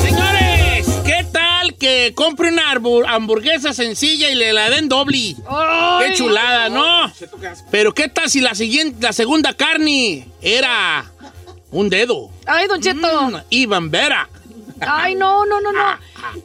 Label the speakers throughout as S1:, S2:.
S1: Señores, ¿qué tal que compre una arbu- hamburguesa sencilla y le la den doble? ¡Qué chulada, ¿no? Pero ¿qué tal si la, siguiente, la segunda carne era un dedo?
S2: Ay, Don Cheto.
S1: Mm, Ah, y bambera.
S2: Ay, no, no, no, no.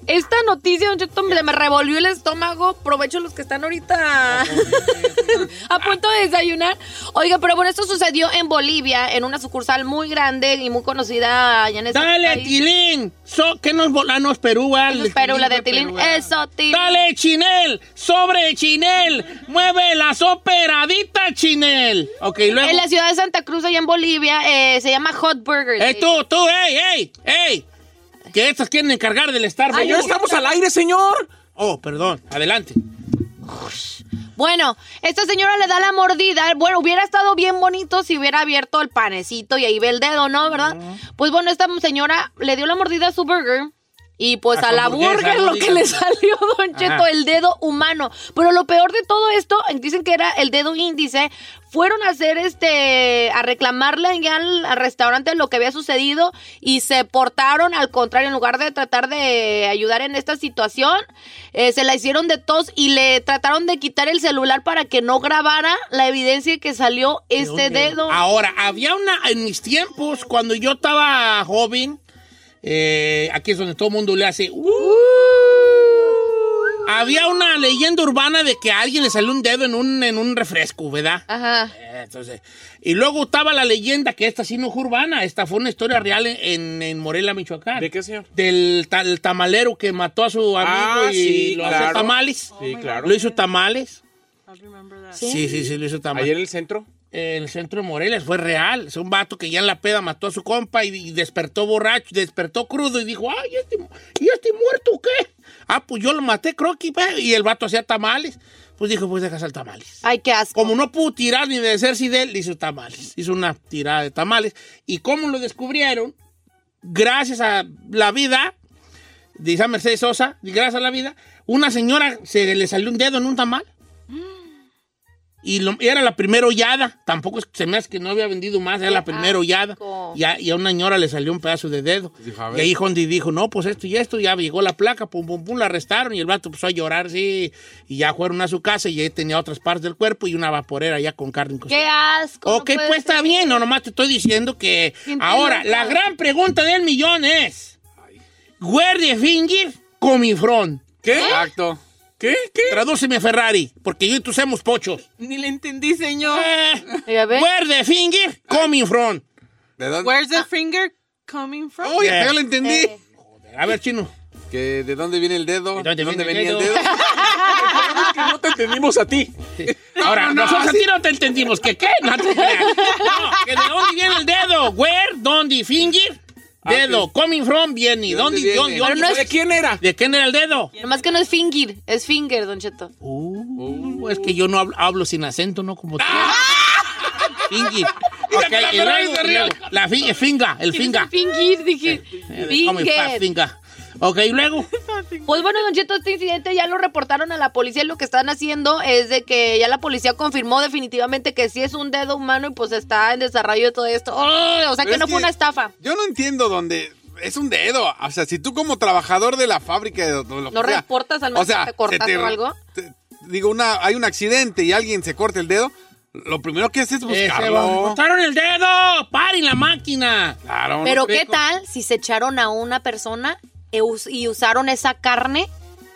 S2: Esta noticia, Don Cheto, me me revolvió el estómago. Provecho los que están ahorita a punto de desayunar. Oiga, pero bueno, esto sucedió en Bolivia, en una sucursal muy grande y muy conocida allá en ese
S1: Dale,
S2: país.
S1: Tilín. So, ¿Qué nos volanos Perú? al-
S2: Eso es Perú, la de Tilín. Eso, Tilín.
S1: Dale, Chinel. Sobre Chinel. Mueve la soperadita, Chinel. Ok, luego.
S2: En la ciudad de Santa Cruz, allá en Bolivia, eh, se llama Hot Burger.
S1: ¡Ey, tú, tú! ¡Ey, ey, ey! Que estas quieren encargar del Starbucks.
S3: Señor, estamos al aire, señor.
S1: Oh, perdón. Adelante.
S2: Bueno, esta señora le da la mordida. Bueno, hubiera estado bien bonito si hubiera abierto el panecito y ahí ve el dedo, ¿no? ¿Verdad? Pues bueno, esta señora le dio la mordida a su burger. Y pues
S1: A
S2: a,
S1: su
S2: la
S1: hamburguesa,
S2: burger lo
S1: no
S2: que le
S1: digas.
S2: salió, Don Cheto,
S1: Ajá.
S2: el dedo humano. Pero lo peor de todo esto, dicen que era el dedo índice, fueron a hacer este, a reclamarle allá al, al restaurante lo que había sucedido y se portaron al contrario, en lugar de tratar de ayudar en esta situación, eh, se la hicieron de tos y le trataron de quitar el celular para que no grabara la evidencia que salió este dedo.
S1: Ahora, había una. En mis tiempos, cuando yo estaba joven, eh, aquí es donde todo el mundo le hace. "Uh". Había una leyenda urbana de que a alguien le salió un dedo en un, en un refresco, ¿verdad?
S2: Ajá.
S1: Eh, Entonces, y luego estaba la leyenda que esta sí no fue urbana, esta fue una historia real en, en Morelia, Michoacán.
S3: ¿De qué, señor?
S1: Del ta- el tamalero que mató a su amigo
S3: Ah,
S1: y
S3: sí,
S1: lo
S3: claro.
S1: hizo tamales.
S3: Sí, Oh claro.
S1: Lo hizo tamales.
S2: ¿Sí?
S1: Sí, sí, sí, lo hizo tamales.
S3: Ayer en el centro.
S1: En el centro de Morelia fue real. Es un vato que ya en la peda mató a su compa y, y despertó borracho, despertó crudo y dijo, ay, ¿y este, ¿y este muerto qué? Ah, pues yo lo maté, creo que iba". Y el vato hacía tamales. Pues dijo, pues dejas al tamales.
S2: Ay, qué asco.
S1: Como no pudo tirar ni deshacerse de él, hizo tamales. Hizo una tirada de tamales. ¿Y cómo lo descubrieron? Gracias a la vida, dice a Mercedes Sosa, y gracias a la vida, una señora se le salió un dedo en un tamal. Y lo- era la primera hollada. Tampoco es- se me hace que no había vendido más. Era la primera hollada.
S2: asco.
S1: Y a, y a una señora le salió un pedazo de dedo.
S3: Dijo, a ver.
S1: y ahí Hondi dijo, no, pues esto y esto. Ya llegó la placa, pum, pum, pum, la arrestaron. Y el vato empezó a llorar, sí. Y ya fueron a su casa y ahí tenía otras partes del cuerpo y una vaporera ya con carne. y cosas.
S2: Qué asco. no
S1: Ok,
S2: puede
S1: pues
S2: ser.
S1: está bien, no, nomás te estoy diciendo que...
S2: Sin
S1: Ahora,
S2: pena.
S1: la gran pregunta del millón es... Where the finger coming from?
S3: ¿Qué? Exacto. ¿Qué? ¿Qué?
S1: Tradúceme Ferrari, porque yo y tú somos pochos.
S4: Ni le entendí, señor.
S1: Eh,
S2: Ya ve.
S1: where the finger coming from?
S5: ¿De dónde?
S4: Where's the finger coming from?
S5: Uy,
S1: Eh.
S5: hasta yo Ah. lo entendí.
S1: A ver, chino.
S5: Que ¿De dónde viene el dedo?
S1: ¿De dónde viene el
S5: venía
S1: dedo?
S5: el dedo?
S3: Que no te entendimos a ti.
S1: Ahora, nosotros a ti no te entendimos. ¿Qué qué? No te creas. No, que de dónde viene el dedo. Where, dónde, finger, dedo. Coming from, viene. ¿De dónde,
S5: Ah, dónde
S1: de dónde,
S5: viene?
S1: dónde?
S2: Pero no es-
S3: ¿De quién era?
S1: ¿De quién era el dedo?
S2: Nomás que no es fingir, es finger, Don Cheto.
S1: Uh,
S5: Oh.
S1: es que yo no hablo, hablo sin acento, no como tú. Finger. Ok, y luego- y luego, la fi- eh, finga, el finga.
S2: Fingir, dije.
S1: Come fast,
S2: Finger.
S1: finga. Ok, y luego.
S2: Pues bueno, Don Cheto, este incidente ya lo reportaron a la policía y lo que están haciendo es de que ya la policía confirmó definitivamente que sí es un dedo humano y pues está en desarrollo todo esto. ¡Oh! o sea
S5: Pero
S2: que
S5: es
S2: no fue una estafa.
S5: Yo no entiendo dónde. Es un dedo. O sea, si tú como trabajador de la fábrica. de- de lo que
S2: ¿No
S5: sea,
S2: reportas al menos que te cortaste o algo?
S5: te- digo, una, hay un accidente y alguien se corta el dedo. Lo primero que haces es
S1: Eh, se va- me
S5: buscarlo.
S1: cortaron el dedo! ¡Paren la máquina!
S5: Claro, no
S2: Pero
S5: sé
S2: qué
S5: cómo-
S2: tal si se echaron a una persona e us- y usaron esa carne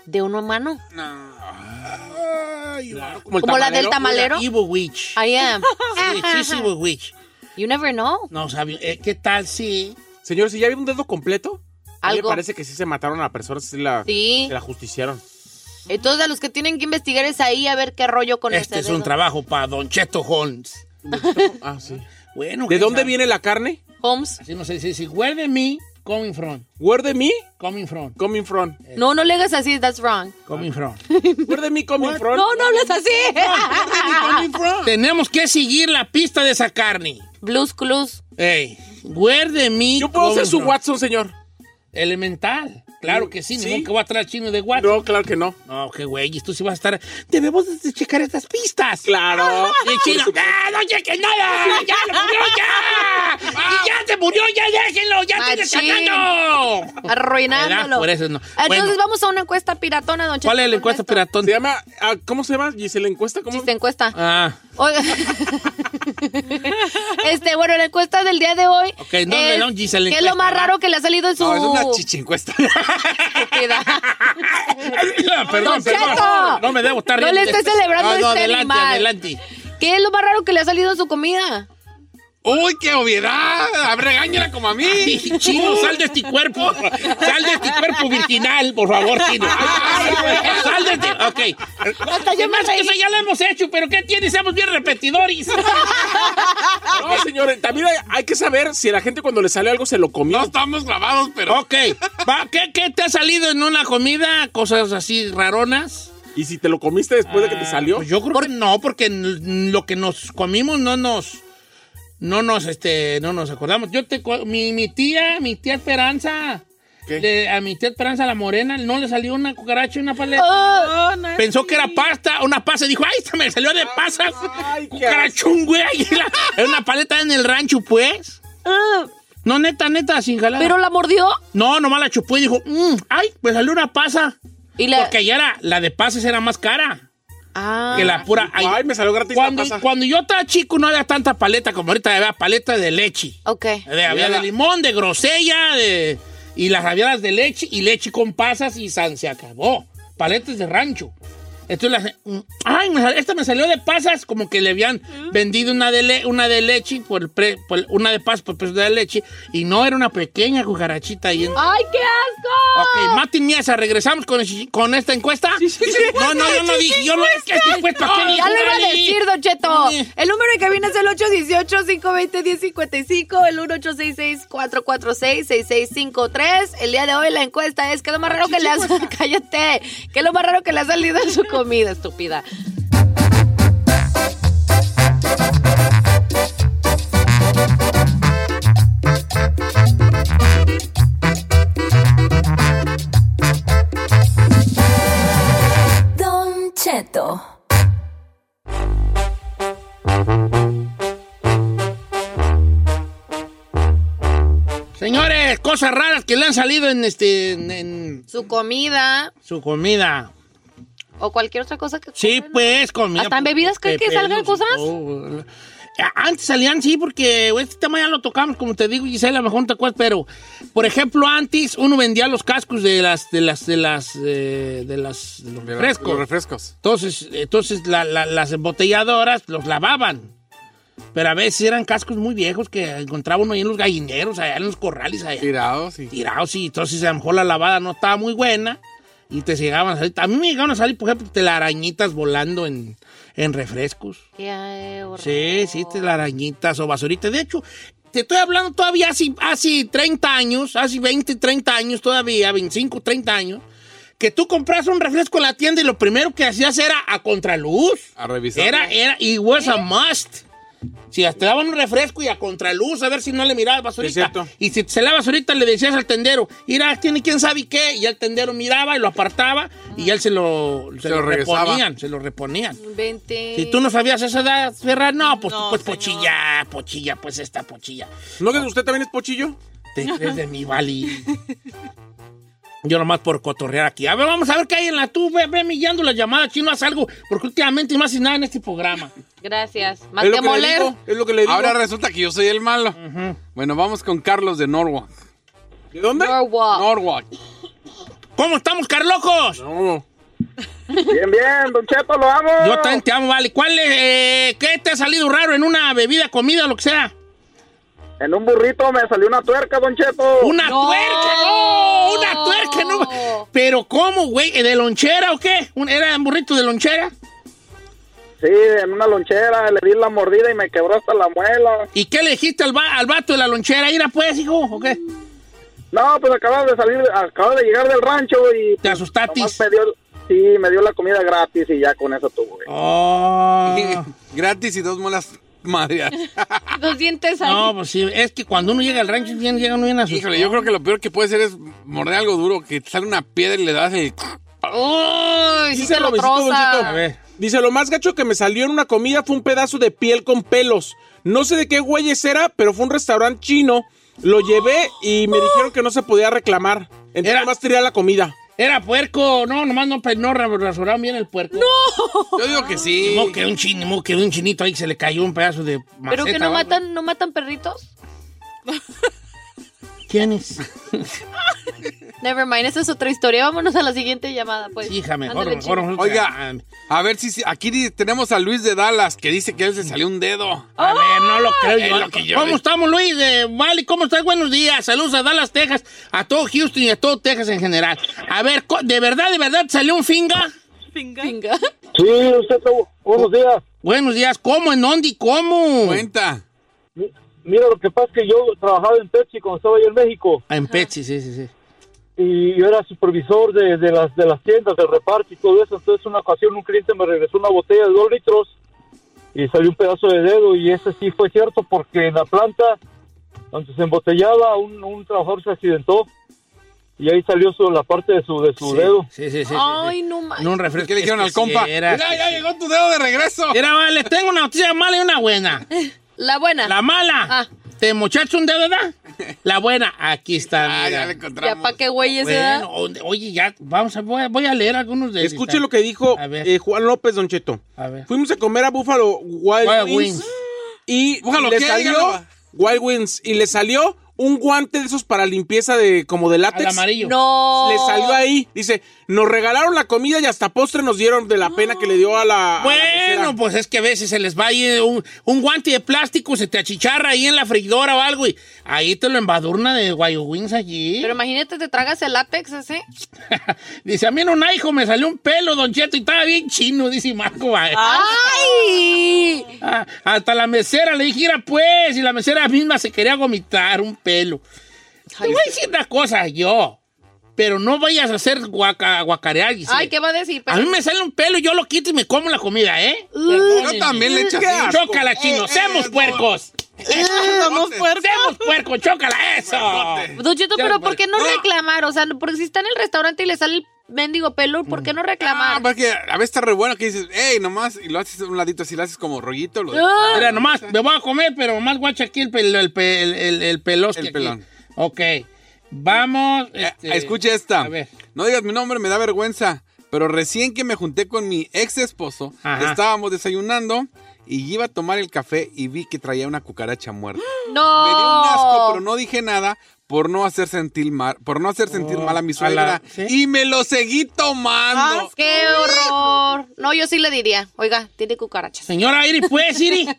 S2: de un humano.
S1: Ay, claro.
S3: el
S2: Como la del tamalero.
S1: Evil witch.
S2: I am.
S1: Sí, sí, sí, evil witch.
S2: You never know.
S1: No, sabio. eh, ¿Qué tal si...?
S3: Señor, si ya había un dedo completo, a mí
S2: Algo.
S3: me parece que sí se mataron a la persona, sí la,
S2: Sí.
S3: se la justiciaron.
S2: Entonces a los que tienen que investigar es ahí a ver qué rollo con
S1: Este
S2: ese
S1: es un
S2: dedo.
S1: trabajo para Don Cheto Holmes.
S3: Ah, sí.
S1: Bueno.
S3: ¿De
S1: ¿quién
S3: dónde
S1: sabe?
S3: viene la carne?
S2: Holmes.
S1: Así no sé, si, si, where de me, coming from,
S3: Where de me
S1: coming from,
S3: coming from.
S2: No, no le hagas así, that's wrong.
S1: coming from.
S3: Where de me coming from.
S2: No, no hables así.
S1: Tenemos que seguir la pista de esa carne.
S2: Blues Clues.
S1: Ey, where de me.
S3: Yo puedo ser
S1: coming
S3: su
S1: from.
S3: Watson, señor.
S1: Elemental. Claro que sí,
S3: Sí.
S1: nunca va a traer chino de Watson.
S3: No, claro que no.
S1: No, qué güey, tú sí vas a estar. Debemos de checar estas pistas.
S3: Claro.
S1: Y el chino, ¡Ah, no cheques nada! ¡Ya lo murió ya! ¡Y ya se murió! ¡Ya déjenlo! ¡Ya estoy
S2: Machín.
S1: descargando! ¿Verdad?
S2: Arruinándolo.
S1: Por eso no.
S2: Entonces
S1: Bueno.
S2: vamos a una encuesta piratona, don Cheto.
S1: ¿Cuál es la
S2: con
S1: encuesta
S2: esto.
S1: piratón?
S3: Se llama, ah, ¿cómo se llama? Gisela encuesta, ¿cómo?
S2: Chiste encuesta.
S1: Ah,
S2: Oiga. este, bueno, la encuesta del día de hoy.
S1: Ok, no, no, no, Giselle,
S2: ¿Qué es lo
S1: encuesta,
S2: más
S1: va.
S2: raro que le ha salido en su
S5: No, es una chichincuesta.
S2: vida?
S1: perdón,
S2: Don Cheto.
S1: perdón. No me debo estar
S2: No le
S1: riendo de
S2: esté
S1: esto.
S2: celebrando
S1: Ah, no,
S2: este
S1: adelante,
S2: animal.
S1: adelante.
S2: ¿Qué es lo más raro que le ha salido en su comida?
S5: ¡Uy, qué obviedad! Ah, Regáñala como a mí.
S1: Sí, Chino, sal de este cuerpo. Sal de este cuerpo virginal, por favor, Chino. Sal de este. Ok.
S2: Hasta yo me
S1: Además, que
S2: reí.
S1: eso ya lo hemos hecho, pero ¿qué tiene? Seamos bien repetidores.
S3: No, señor, también hay, hay que saber si a la gente cuando le sale algo se lo
S5: No
S3: comió.
S5: estamos grabados, pero.
S1: ok. Va, ¿Qué, ¿Qué te ha salido en una comida? Cosas así raronas.
S3: Y si te lo comiste después de que te salió.
S1: Pues yo creo que no, porque n- lo que nos comimos no nos. No nos, este, no nos acordamos. Yo te cu- mi, mi tía, mi tía Esperanza. le- a mi tía Esperanza la morena no le salió una cucaracha y una paleta.
S4: Oh, no.
S1: Pensó que era pasta, una pasa, dijo, ay, se me salió de pasas.
S3: Ay, qué
S1: Cucarachón, güey. Era una paleta en el rancho, pues.
S2: Ah,
S1: No, neta, neta, sin jalar.
S2: Pero la mordió
S1: No, nomás la chupó y dijo, "Mm, ay, pues salió una pasa.
S2: y la.
S1: Porque ya era, la de pasas era más cara
S2: Ah.
S1: que la pura.
S3: Ay, me salió gratis la
S1: cuando,
S3: pasa.
S1: cuando yo estaba chico no había tanta paleta como ahorita, había paleta de leche.
S2: Ok.
S1: De- había de limón, de grosella, de, y las rabiadas de leche, y leche con pasas, y san, se acabó. Paletas de rancho. Entonces, las- mm, ay, me sal- esta me salió de pasas, como que le habían vendido una de, le- una de leche, por el pre- por el- una de pasas por el precio de la leche, y no era una pequeña cucarachita ahí en-
S2: ¡Ay, qué asco!
S1: Ok, Mati Miesa, ¿regresamos con, con esta encuesta? No, no, yo no dije, yo no es que esta encuesta, ¿qué
S2: Ya
S1: dijo,
S2: lo iba a
S1: Dani?
S2: decir, Don Cheto.
S1: Sí.
S2: El número de cabina es el 818-520-1055, el 1866-446-6653. El día de hoy la encuesta es: ¿Qué es lo más raro que le has Cállate. ¿Qué es lo más raro que le ha salido en su comida, estúpida?
S6: Don Cheto.
S1: Señores, cosas raras que le han salido en, este, en- en
S2: Su comida
S1: su comida.
S2: o cualquier otra cosa que.
S1: Sí,
S2: comen.
S1: pues, comida.
S2: ¿Hasta en bebidas creen que
S1: Pepe,
S2: salgan
S1: no,
S2: cosas?
S1: no. Eh, Antes salían, sí, porque este tema ya lo tocamos, como te digo, Gisela, a lo mejor no te acuerdas, pero, por ejemplo, antes uno vendía los cascos de las, de las, de las, eh, de las, de los
S5: Pero,
S1: refrescos.
S5: Los refrescos.
S1: Entonces, entonces la- la- las embotelladoras los lavaban. Pero a veces eran cascos muy viejos que encontraba uno ahí en los gallineros, allá en los corrales, allá
S5: Tirados y.
S1: tirados y entonces a lo mejor la lavada no estaba muy buena y te llegaban a salir. A mí me llegaron a salir, por ejemplo, telarañitas volando en, en refrescos.
S2: Qué ah, horror.
S1: Sí, sí, telarañitas o basuritas. De hecho, te estoy hablando todavía hace, hace 30 años, hace 20, 30 años todavía, 25, 30 años, que tú compras un refresco en la tienda y lo primero que hacías era a contraluz.
S5: A revisar.
S1: Era, era, y was a must. Si te daban un refresco y a contraluz, a ver si no le mirabas
S3: Es
S1: basurita.
S3: cierto.
S1: Y si se la basurita le decías al tendero, mira, tiene quién sabe qué. Y el tendero miraba y lo apartaba y él se lo, se
S5: Se
S1: lo
S5: lo regresaba.
S1: reponían, se lo reponían.
S2: Vente.
S1: Si tú no sabías esa edad, Ferrar, no, pues tú,
S4: No,
S1: pues
S4: señor.
S1: pochilla, pochilla, pues esta pochilla.
S3: ¿No que usted también es pochillo?
S1: Te crees de mi Bali. Yo nomás por cotorrear aquí. A ver, vamos a ver qué hay en la tu. Ve, ve millando la llamada, chino, haz algo. Porque últimamente no haces nada en este programa.
S2: Gracias. Más
S3: es lo
S2: que
S3: que le
S2: moler.
S3: digo, es lo que le digo.
S5: Ahora resulta que yo soy el malo. Bueno, vamos con Carlos de Norwalk.
S3: ¿De dónde?
S2: Norwalk.
S5: Norwalk.
S1: ¿Cómo estamos, Carlocos?
S3: No.
S6: Bien, bien, Don Cheto, lo amo.
S1: Yo también te amo, vale. ¿Cuál es, eh, qué te ha salido raro en una bebida, comida, lo que sea?
S6: En un burrito me salió una tuerca, Don Cheto.
S1: ¡Una tuerca! ¡No! ¡Una tuerca! No. ¿Pero cómo, güey? ¿De lonchera o qué? ¿Un- ¿Era un burrito de lonchera?
S6: Sí, en una lonchera, le di la mordida y me quebró hasta la muela.
S1: ¿Y qué le dijiste al, va- al vato de la lonchera? ¿Ira pues, hijo? ¿O qué?
S6: No, pues acababa de salir, acababa de llegar del rancho y
S1: ¿Te asustatis?
S6: nomás me dio, sí, me dio la comida gratis y ya con eso tuvo. güey.
S1: Oh.
S5: Gratis y dos muelas madreadas.
S2: Dos dientes ahí.
S1: No, pues sí, es que cuando uno llega al rancho, bien, llega uno bien asustado.
S5: Híjole, yo creo que lo peor que puede ser es morder algo duro, que te sale una piedra y le das el...
S2: Uy, sí, se lo
S3: besito,
S2: troza.
S3: besito.
S1: A ver.
S3: Dice, lo más gacho que me salió en una comida fue un pedazo de piel con pelos. No sé de qué güeyes era, pero fue un restaurante chino. Lo llevé y me dijeron que no se podía reclamar. Entonces
S1: Era-
S3: nomás tiré la comida.
S1: Era puerco. No, nomás no, pe- no ra- rasuraron bien el puerco. No.
S5: Yo digo que sí.
S1: Ni que un chin, ni modo que un chinito ahí que se le cayó un pedazo de maceta.
S2: Pero que no
S1: ¿va?
S2: matan, no matan perritos.
S1: ¿Quién es?
S2: Never mind, esa es otra historia. Vámonos a la siguiente llamada, pues.
S1: Hija, mejor,
S2: Ándale,
S1: mejor.
S2: chico.
S1: mejor-
S5: Oiga, a ver si, si- aquí di- tenemos a Luis de Dallas que dice que a él se salió un dedo.
S1: A ver, no lo creo yo.
S5: Es lo que yo
S1: ¿Cómo
S5: digo.
S1: estamos, Luis? Eh, vale, ¿cómo estás? Buenos días. Saludos a Dallas, Texas, a todo Houston y a todo Texas en general. A ver, co- ¿de verdad, de verdad te salió un finga?
S4: Finga.
S2: Venga.
S6: Sí, usted tuvo, buenos días.
S1: Buenos días. ¿Cómo? ¿En dónde y cómo?
S5: Cuenta.
S6: Mi- Mira, lo que pasa es que yo trabajaba en Pepsi cuando estaba allá en México
S1: Ah, En Pepsi, sí, sí, sí.
S6: y yo era supervisor de, de las, de las tiendas, del reparto y todo eso. Entonces, una ocasión un cliente me regresó una botella de dos litros y salió un pedazo de dedo y ese sí fue cierto porque en la planta donde se embotellaba un, un trabajador se accidentó y ahí salió su, la parte de su, de su
S1: Sí,
S6: dedo.
S1: sí, sí, sí, sí.
S2: Ay, no
S1: En
S2: manches.
S1: un refresco.
S5: ¿Qué le dijeron al
S1: Es que sí
S5: compa?
S1: era-
S5: Mira, ya llegó tu dedo de regreso.
S1: Mira, vale, tengo una noticia mala y una buena.
S2: La buena.
S1: La mala.
S2: Ah.
S1: ¿Te mochaste un dedo, verdad? La buena, aquí está.
S5: Ah,
S1: mira.
S5: ya le
S2: Ya
S5: encontramos.
S2: pa' qué güey es
S1: Bueno,
S2: edad.
S1: o- oye, ya, vamos a, voy a, voy a leer algunos de
S3: Escuche lo que dijo
S1: A ver.
S3: eh, Juan López, Don Cheto.
S1: A ver.
S3: Fuimos a comer a Buffalo Wild,
S1: Wild
S3: Wings,
S1: Wings.
S3: y
S5: Buffalo,
S3: le
S5: ¿qué?
S3: salió
S5: Dígalo.
S3: Wild Wings y le salió un guante de esos para limpieza de como de látex.
S1: Al amarillo.
S2: No.
S3: Le salió ahí, dice, nos regalaron la comida y hasta postre nos dieron de la pena que le dio a Ah, la... a la mesera".
S1: Bueno, pues es que a veces se les va ahí un, un guante de plástico, se te achicharra ahí en la freidora o algo y ahí te lo embadurna de Guayo Wings allí.
S2: Pero imagínate, te tragas el látex ese.
S1: dice, a mí en un hijo me salió un pelo, don Cheto, y estaba bien chino, dice Marco. va.
S2: ¡Ay!
S1: Ah, hasta la mesera le dije, "Ira, pues, y la mesera misma se quería vomitar un pelo. Te voy a decir una cosa yo, pero no vayas a hacer guaca, guacarear, Giselle.
S2: Ay, ¿qué va a decir? Pues
S1: A mí me sale un pelo, yo lo quito y me como la comida, ¿eh?
S5: Yo también le Eh, eché así.
S1: Chócala, chino, seamos puercos.
S4: Somos
S1: pues,
S4: puercos.
S1: ¡Hacemos puerco! ¡Chócala! ¡Eso!
S2: Don Cheto,
S1: Ya,
S2: pero
S1: vale.
S2: ¿por qué no
S5: No.
S2: reclamar? O sea, porque si está en el restaurante y le sale el mendigo pelo, ¿por qué no
S5: Ah,
S2: reclamar?
S5: porque a veces está re bueno que dices, hey, nomás, y lo haces a un ladito así, lo haces como rollito. Lo
S2: Ah.
S1: Mira, nomás, me voy a comer, pero nomás guacha aquí el, pel- el, pe- el, el- el pelos
S5: El
S1: que aquí.
S5: pelón.
S1: Ok. Vamos.
S5: Eh,
S1: este,
S5: escucha esta.
S1: A ver.
S5: No digas mi nombre, me da vergüenza. Pero recién que me junté con mi ex esposo,
S1: Ajá.
S5: estábamos desayunando y iba a tomar el café y vi que traía una cucaracha muerta.
S2: No.
S5: Me dio un asco, pero no dije nada por no hacer sentir mal, por no hacer sentir
S1: Oh,
S5: mal a
S1: a
S5: mi
S1: la-
S5: suegra.
S1: ¿sí? Ah,
S5: Y me lo seguí tomando.
S2: Ah, ¡Qué horror! No, yo sí le diría. Oiga, tiene cucarachas.
S1: Señora Iri, pues, Iri.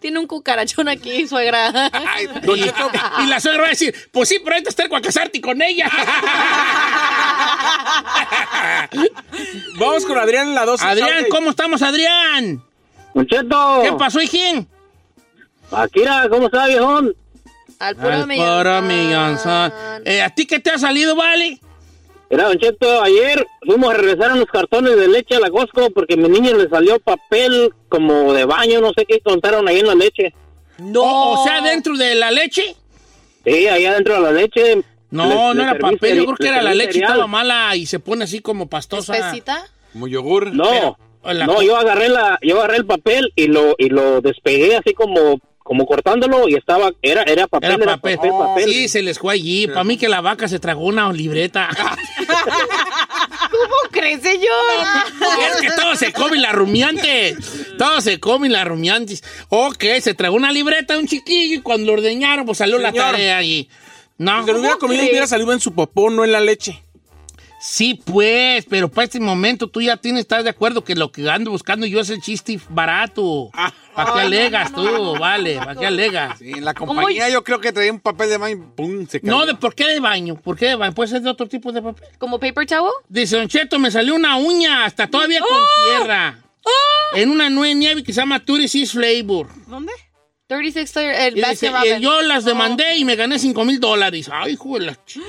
S2: Tiene un cucarachón aquí, suegra.
S5: Ay,
S1: y, y la suegra va a decir, pues sí, pero ahorita está a casarte con ella.
S3: Vamos con Adrián en la 12.
S1: Adrián,
S3: Southgate.
S1: ¿cómo estamos, Adrián?
S6: Don Cheto,
S1: ¿Qué pasó, hijín?
S6: Akira, ¿cómo está, viejón?
S2: Al puro
S1: Al
S2: millón.
S1: puro millonzón. Eh, ¿A ti qué te ha salido, vale?
S6: Mira, Don Cheto, ayer fuimos a regresar unos cartones de leche a la Costco porque a mi niño le salió papel como de baño, no sé qué contaron ahí en la leche.
S1: No. O, o sea, dentro de la leche.
S6: Sí, ahí adentro de la leche.
S1: No,
S6: Le- le
S1: no era
S6: serví
S1: papel, yo
S6: ceri-
S1: creo que
S6: le
S1: era la
S6: serví
S1: leche,
S6: cereal.
S1: estaba mala y se pone así como pastosa.
S2: ¿Espesita?
S5: Como yogur.
S6: No,
S1: Pero, la-
S6: no, yo agarré la, yo agarré el papel y lo, y lo despegué así como, como cortándolo y estaba, era, era papel,
S1: Era papel.
S6: papel, papel.
S1: Sí, se les fue allí. Para mí que la vaca se tragó una libreta.
S2: ¿Cómo crees, señor?
S1: es que todo se come la rumiante. Todo se come la rumiante. Ok, se tragó una libreta un chiquillo y cuando lo ordeñaron, pues salió la
S3: Señor.
S1: tarea allí. No.
S3: Si se lo hubiera comido, hubiera salido en su popó, no en la leche.
S1: Sí, pues, pero para este momento tú ya tienes, estás de acuerdo que lo que ando buscando yo es el chiste barato. ¿Para qué alegas tú? Vale, ¿para qué alegas?
S5: Sí, en la compañía yo creo que traía un papel de baño. ¡Pum! Se cayó.
S1: No, de por qué de baño, por qué de baño, puede ser de otro tipo de papel.
S2: ¿Como paper towel?
S1: Dice, Don Cheto, me salió una uña hasta todavía con tierra. En una nue- nieve que se llama Tourist Flavor.
S4: ¿Dónde?
S2: 36 Flavor, el
S1: Y dice,
S2: Baskin
S1: eh,
S2: Robbins.
S1: yo las demandé y me gané 5 mil dólares. Ay, hijo de la ch-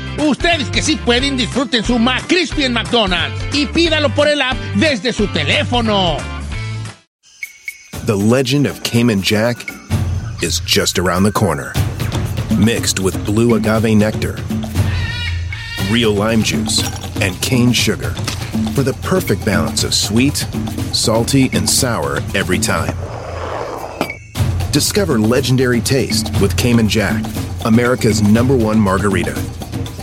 S1: Ustedes que sí pueden, disfruten su McCrispy en McDonald's y pídalo por el app desde su teléfono.
S7: The legend of Cayman Jack is just around the corner. Mixed with blue agave nectar, real lime juice, and cane sugar for the perfect balance of sweet, salty, and sour every time. Discover legendary taste with Cayman Jack, America's number one margarita.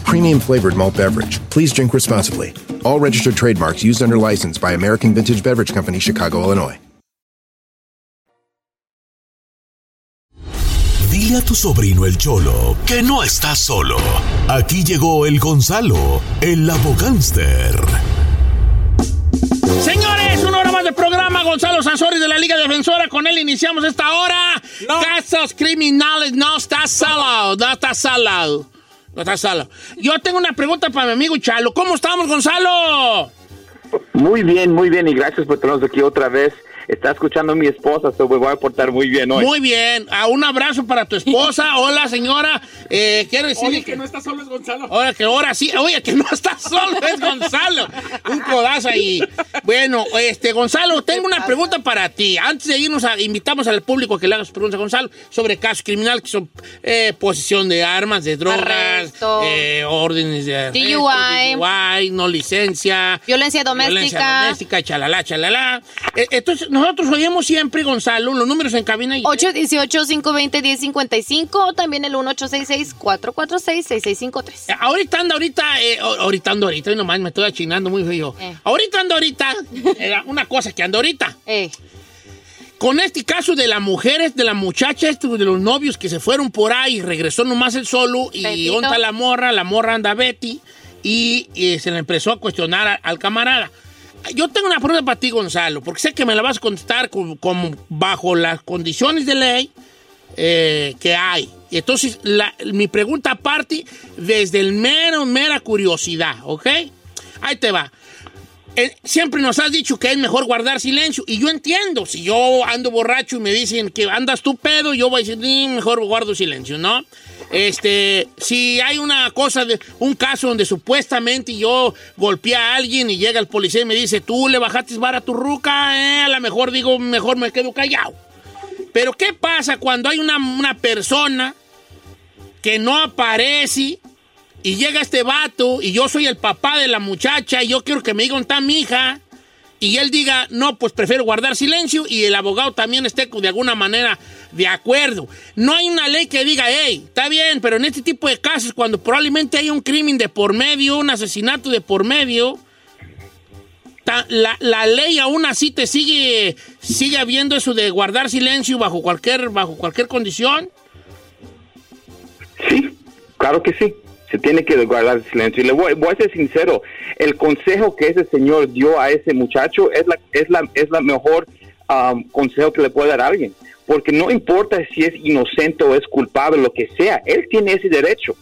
S7: Premium flavored malt beverage. Please drink responsibly. All registered trademarks used under license by American Vintage Beverage Company, Chicago, Illinois.
S8: Dile a tu sobrino el Cholo que no está solo. Aquí llegó el Gonzalo, el abogánster.
S1: Señores, una hora más de programa. Gonzalo Sanzori de la Liga Defensora. Con él iniciamos esta hora. Casos criminales. No está salado. No está salado. No está salado. Yo tengo una pregunta para mi amigo Chalo. ¿Cómo estamos, Gonzalo?
S9: Muy bien, muy bien, y gracias por tenernos aquí otra vez. Está escuchando mi esposa, so me voy a portar muy bien hoy.
S1: Muy bien. Ah, un abrazo para tu esposa. Hola, señora. Eh, quiero decir
S3: Oye,
S1: que
S3: que no está solo es Gonzalo.
S1: Ahora que ahora sí, oye, que no está solo, es Gonzalo. Un codazo ahí. Bueno, este, Gonzalo, tengo una pregunta para ti. Antes de irnos, a- invitamos al público a que le hagas preguntas a Gonzalo sobre casos criminales que son eh, posesión de armas, de drogas,
S2: Arresto.
S1: eh, órdenes de arresto,
S2: DUI.
S1: DUI, no licencia.
S2: Violencia doméstica.
S1: Violencia doméstica, chalala, chalala. Eh, Entonces, nosotros oímos siempre, Gonzalo, los números en cabina. y-
S2: 818-520-1055 o también el 1866-446-6653.
S1: Eh, Ahorita anda, ahorita, eh, o- ahorita ando, ahorita, y nomás me estoy achinando muy feo.
S2: Eh.
S1: Ahorita ando, ahorita, era una cosa que ando ahorita.
S2: Eh,
S1: Con este caso de las mujeres, de la muchacha, este, de los novios que se fueron por ahí, regresó nomás el solo y
S2: Betito.
S1: onta la morra, la morra anda Betty y, eh, se le empezó a cuestionar a- al camarada. Yo tengo una pregunta para ti, Gonzalo, porque sé que me la vas a contestar como, como bajo las condiciones de ley eh, que hay. Y Entonces, la- mi pregunta parte desde el mero, mera curiosidad, ¿ok? Ahí te va. eh, siempre nos has dicho que es mejor guardar silencio. Y yo entiendo, si yo ando borracho y me dicen que andas tú pedo, yo voy a decir, "Mm, mejor guardo silencio, ¿no? Este, si hay una cosa, de, un caso donde supuestamente yo golpeé a alguien y llega el policía y me dice, tú le bajaste vara a tu ruca, eh, a lo mejor digo, mejor me quedo callado. Pero ¿qué pasa cuando hay una, una persona que no aparece y llega este vato y yo soy el papá de la muchacha y yo quiero que me digan está mi hija y él diga, no, pues prefiero guardar silencio y el abogado también esté de alguna manera de acuerdo. No hay una ley que diga, hey, está bien, pero en este tipo de casos, cuando probablemente hay un crimen de por medio, un asesinato de por medio, ta- la, la ley aún así te sigue, sigue habiendo eso de guardar silencio bajo cualquier, bajo cualquier condición.
S9: Claro que sí. Se tiene que guardar silencio. Y le voy, voy a ser sincero, el consejo que ese señor dio a ese muchacho es la, es la, es la mejor um, consejo que le puede dar a alguien. Porque no importa si es inocente o es culpable, lo que sea, él tiene ese derecho.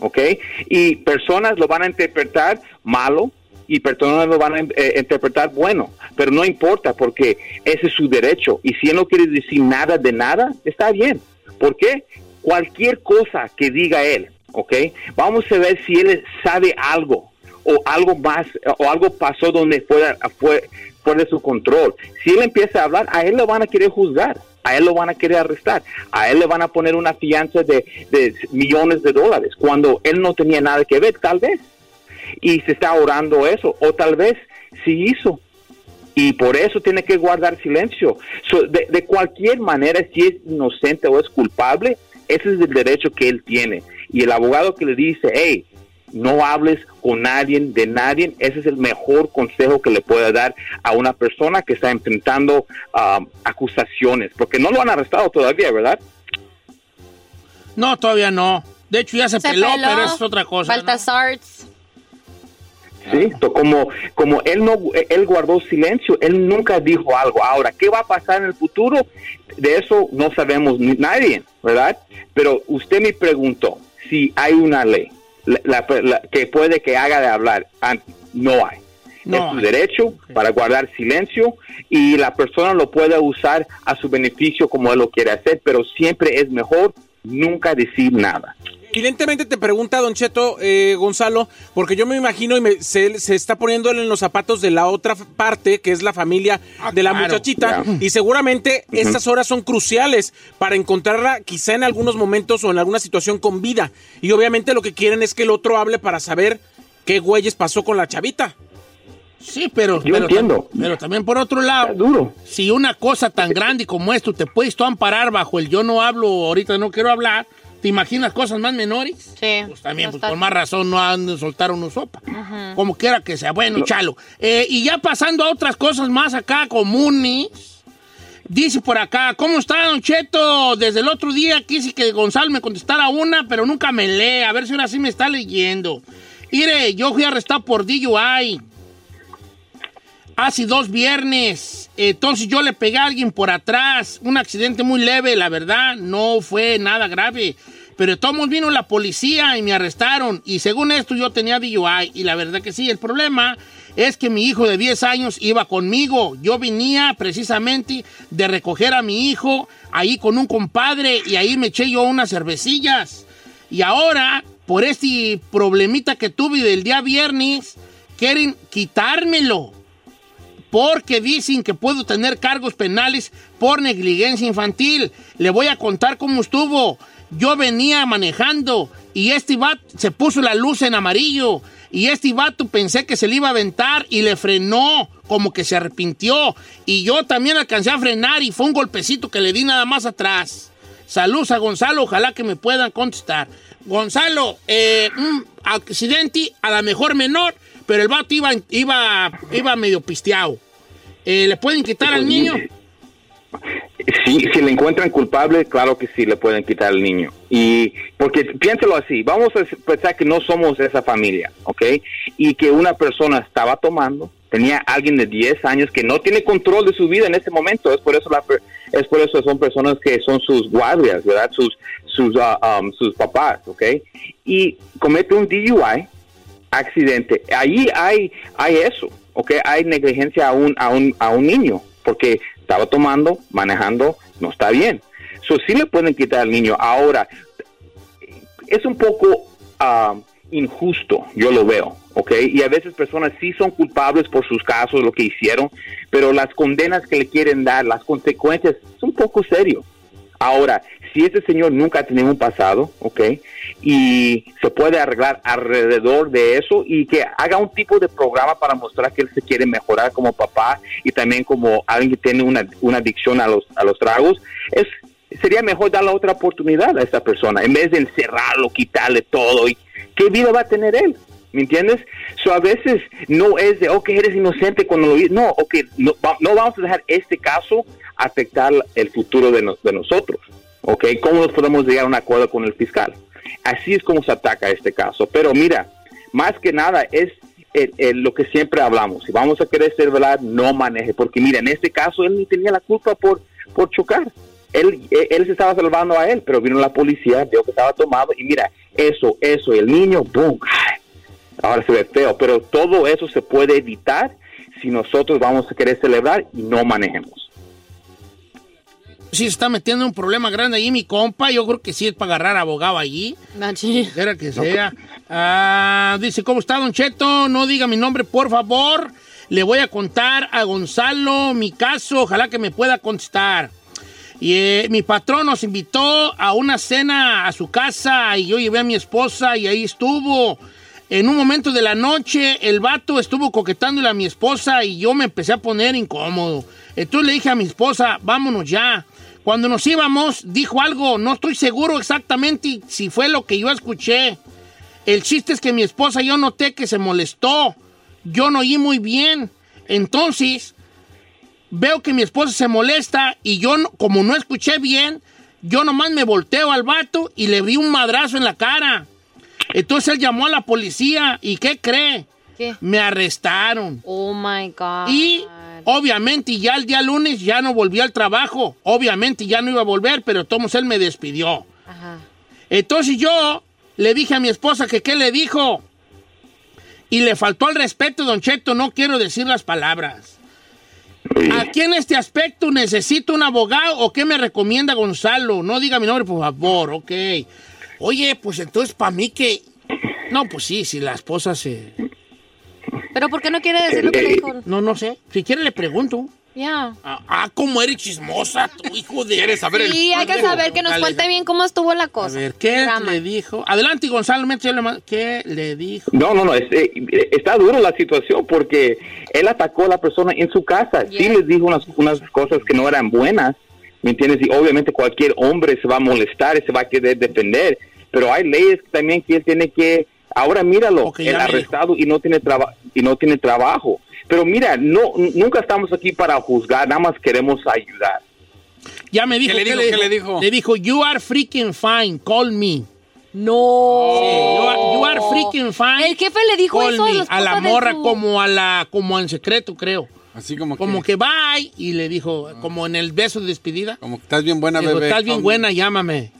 S9: ¿Ok? Y personas lo van a interpretar malo y personas lo van a eh, interpretar bueno. Pero no importa porque ese es su derecho. Y si él no quiere decir nada de nada, está bien. ¿Por qué? Cualquier cosa que diga él, ¿ok? Vamos a ver si él sabe algo o algo más o algo pasó donde fuera, fue, fuera de su control. Si él empieza a hablar, a él lo van a querer juzgar, a él lo van a querer arrestar, a él le van a poner una fianza de, de millones de dólares cuando él no tenía nada que ver, tal vez. Y se está orando eso, o tal vez sí hizo, y por eso tiene que guardar silencio. So, de, de cualquier manera, si es inocente o es culpable, ese es el derecho que él tiene. Y el abogado que le dice, hey, no hables con nadie, de nadie, ese es el mejor consejo que le puede dar a una persona que está enfrentando um, acusaciones, porque no lo han arrestado todavía, ¿verdad?
S1: No, todavía Este, no. De hecho, ya se,
S2: Se
S1: peló,
S2: peló.
S1: pero eso es otra cosa.
S2: Falta Sarts.
S9: Sí, to- como, como él no él guardó silencio, él nunca dijo algo. Ahora, ¿qué va a pasar en el futuro? De eso no sabemos ni- nadie, ¿verdad? Pero usted me preguntó si hay una ley la- la- la- que puede que haga de hablar. Ah, No hay.
S1: No
S9: es su derecho para guardar silencio y la persona lo puede usar a su beneficio como él lo quiere hacer, pero siempre es mejor nunca decir nada.
S3: Evidentemente te pregunta Don Cheto eh, Gonzalo, porque yo me imagino y me- se, se está poniendo él en los zapatos de la otra f- parte, que es la familia de la
S1: Ah, claro.
S3: muchachita, y seguramente estas horas son cruciales para encontrarla quizá en algunos momentos o en alguna situación con vida. Y obviamente lo que quieren es que el otro hable para saber qué güeyes pasó con la chavita.
S1: Sí, pero...
S3: Yo
S1: pero
S3: entiendo.
S1: tam- Pero también por otro lado, si una cosa tan grande como esto te puedes tú amparar bajo el yo no hablo, ahorita no quiero hablar, ¿te imaginas cosas más menores?
S2: Sí.
S1: Pues también,
S2: No
S1: pues,
S2: está-
S1: por más razón no han de soltar uno sopa.
S2: Ujú.
S1: Como quiera que sea, bueno, chalo. Eh, y ya pasando a otras cosas más acá comunes, dice por acá, ¿cómo está Don Cheto? Desde el otro día quise que Gonzalo me contestara una, pero nunca me lee. A ver si ahora sí me está leyendo. Mire, yo fui arrestado por DUI hace dos viernes. Entonces yo le pegué a alguien por atrás. Un accidente muy leve, la verdad. No fue nada grave. Pero de todos modos vino la policía y me arrestaron. Y según esto yo tenía DUI. Y la verdad que sí, el problema es que mi hijo de 10 años iba conmigo. Yo venía precisamente de recoger a mi hijo ahí con un compadre y ahí me eché yo unas cervecillas. Y ahora, por este problemita que tuve del día viernes, quieren quitármelo porque dicen que puedo tener cargos penales por negligencia infantil. Le voy a contar cómo estuvo. Yo venía manejando y este vato se puso la luz en amarillo y este vato pensé que se le iba a aventar y le frenó, como que se arrepintió. Y yo también alcancé a frenar y fue un golpecito que le di nada más atrás. Saludos a Gonzalo, ojalá que me puedan contestar. Gonzalo, eh, un accidente a la mejor menor, pero el vato iba, iba, iba medio pisteado. Eh, ¿Le pueden quitar al niño?
S9: Sí, si le encuentran culpable, claro que sí, le pueden quitar al niño. Y porque piénselo así, vamos a pensar que no somos esa familia, ¿ok? Y que una persona estaba tomando, tenía alguien de 10 años que no tiene control de su vida en este momento, es por eso la per- es por eso son personas que son sus guardias, ¿verdad? Sus sus ah, um, sus papás, ¿ok? Y comete un DUI, accidente. Ahí hay, hay eso. ¿ok? Hay negligencia a un, a un, a un niño porque estaba tomando, manejando, no está bien. So, sí le pueden quitar al niño. Ahora, es un poco ah, injusto, yo lo veo, ¿ok? Y a veces personas sí son culpables por sus casos, lo que hicieron, pero las condenas que le quieren dar, las consecuencias, es un poco serio. Ahora, si este señor nunca ha tenido un pasado, ¿ok? Y se puede arreglar alrededor de eso y que haga un tipo de programa para mostrar que él se quiere mejorar como papá y también como alguien que tiene una, una adicción a los, a los tragos, es, sería mejor darle otra oportunidad a esa persona en vez de encerrarlo, quitarle todo. y ¿Qué vida va a tener él? ¿Me entiendes? So a veces no es de, ok, eres inocente cuando lo vi. No, ok, no, va- no vamos a dejar este caso afectar el futuro de, no- de nosotros. ¿Ok? ¿Cómo nos podemos llegar a un acuerdo con el fiscal? Así es como se ataca este caso. Pero mira, más que nada es el- el- eh, lo que siempre hablamos. Si vamos a querer ser verdad, no maneje. Porque mira, en este caso él ni tenía la culpa por, por chocar. Él, él- él se estaba salvando a él, pero vino la policía, vio que estaba tomado y mira, eso, eso, y el niño, ¡boom! ahora se ve feo, pero todo eso se puede evitar si nosotros vamos a querer celebrar y no manejemos.
S1: Sí, se está metiendo en un problema grande ahí, mi compa. Yo creo que sí es para agarrar abogado allí. Quiera que sea. Ah, dice, ¿cómo está, Don Cheto? No diga mi nombre, por favor. Le voy a contar a Gonzalo mi caso. Ojalá que me pueda contestar. Y eh, mi patrón nos invitó a una cena a su casa y yo llevé a mi esposa y ahí estuvo. En un momento de la noche, el vato estuvo coquetándole a mi esposa y yo me empecé a poner incómodo. Entonces le dije a mi esposa, vámonos ya. Cuando nos íbamos, dijo algo, no estoy seguro exactamente si fue lo que yo escuché. El chiste es que mi esposa yo noté que se molestó. Yo no oí muy bien. Entonces, veo que mi esposa se molesta y yo, no- como no escuché bien, yo nomás me volteo al vato y le vi un madrazo en la cara. Entonces él llamó a la policía y ¿qué cree?
S2: ¿Qué?
S1: Me arrestaron.
S2: Oh my God.
S1: Y obviamente ya el día lunes ya no volví al trabajo. Obviamente ya no iba a volver, pero Tomás él me despidió.
S2: Ajá.
S1: Entonces yo le dije a mi esposa que qué le dijo. Y le faltó al respeto, don Cheto, no quiero decir las palabras. Aquí en este aspecto necesito un abogado o qué me recomienda Gonzalo. No diga mi nombre, por favor, ok. Oye, pues entonces para mí que... No, pues sí, si la esposa se...
S2: Pero ¿por qué no quiere decir lo que le dijo?
S1: No, no sé. Si quiere le pregunto.
S2: Ya.
S1: Ah, ah, cómo eres chismosa, tu hijo de... ¿Quieres saber
S2: Sí, hay que saber que nos cuente bien cómo estuvo la cosa.
S1: A ver, ¿qué le dijo? Adelante, Gonzalo, métele mano. ¿qué le dijo?
S9: No, no, no, es- eh, está duro la situación porque él atacó a la persona en su casa, sí les dijo unas, unas cosas que no eran buenas, ¿me entiendes? Y obviamente cualquier hombre se va a molestar y se va a querer defender, pero hay leyes también que él tiene que, ahora míralo, el
S10: ya me
S9: arrestado y no tiene traba- y no tiene trabajo. Pero mira, no, n- nunca estamos aquí para juzgar, nada más queremos ayudar.
S1: Ya me dijo.
S9: ¿Qué le dijo? ¿Qué le dijo?
S1: Le dijo, you are freaking fine, call me.
S2: No. Oh.
S1: you, are, you are freaking fine.
S2: El jefe le dijo
S1: call
S2: eso a
S1: me.
S2: la esposa
S1: la
S2: de
S1: morra
S2: su-
S1: como a la, como en secreto, creo. Así como Como que bye, y le dijo, como en el beso de despedida. Como que estás bien buena,
S5: bebé,
S1: Estás bien
S5: call me".
S1: buena, llámame.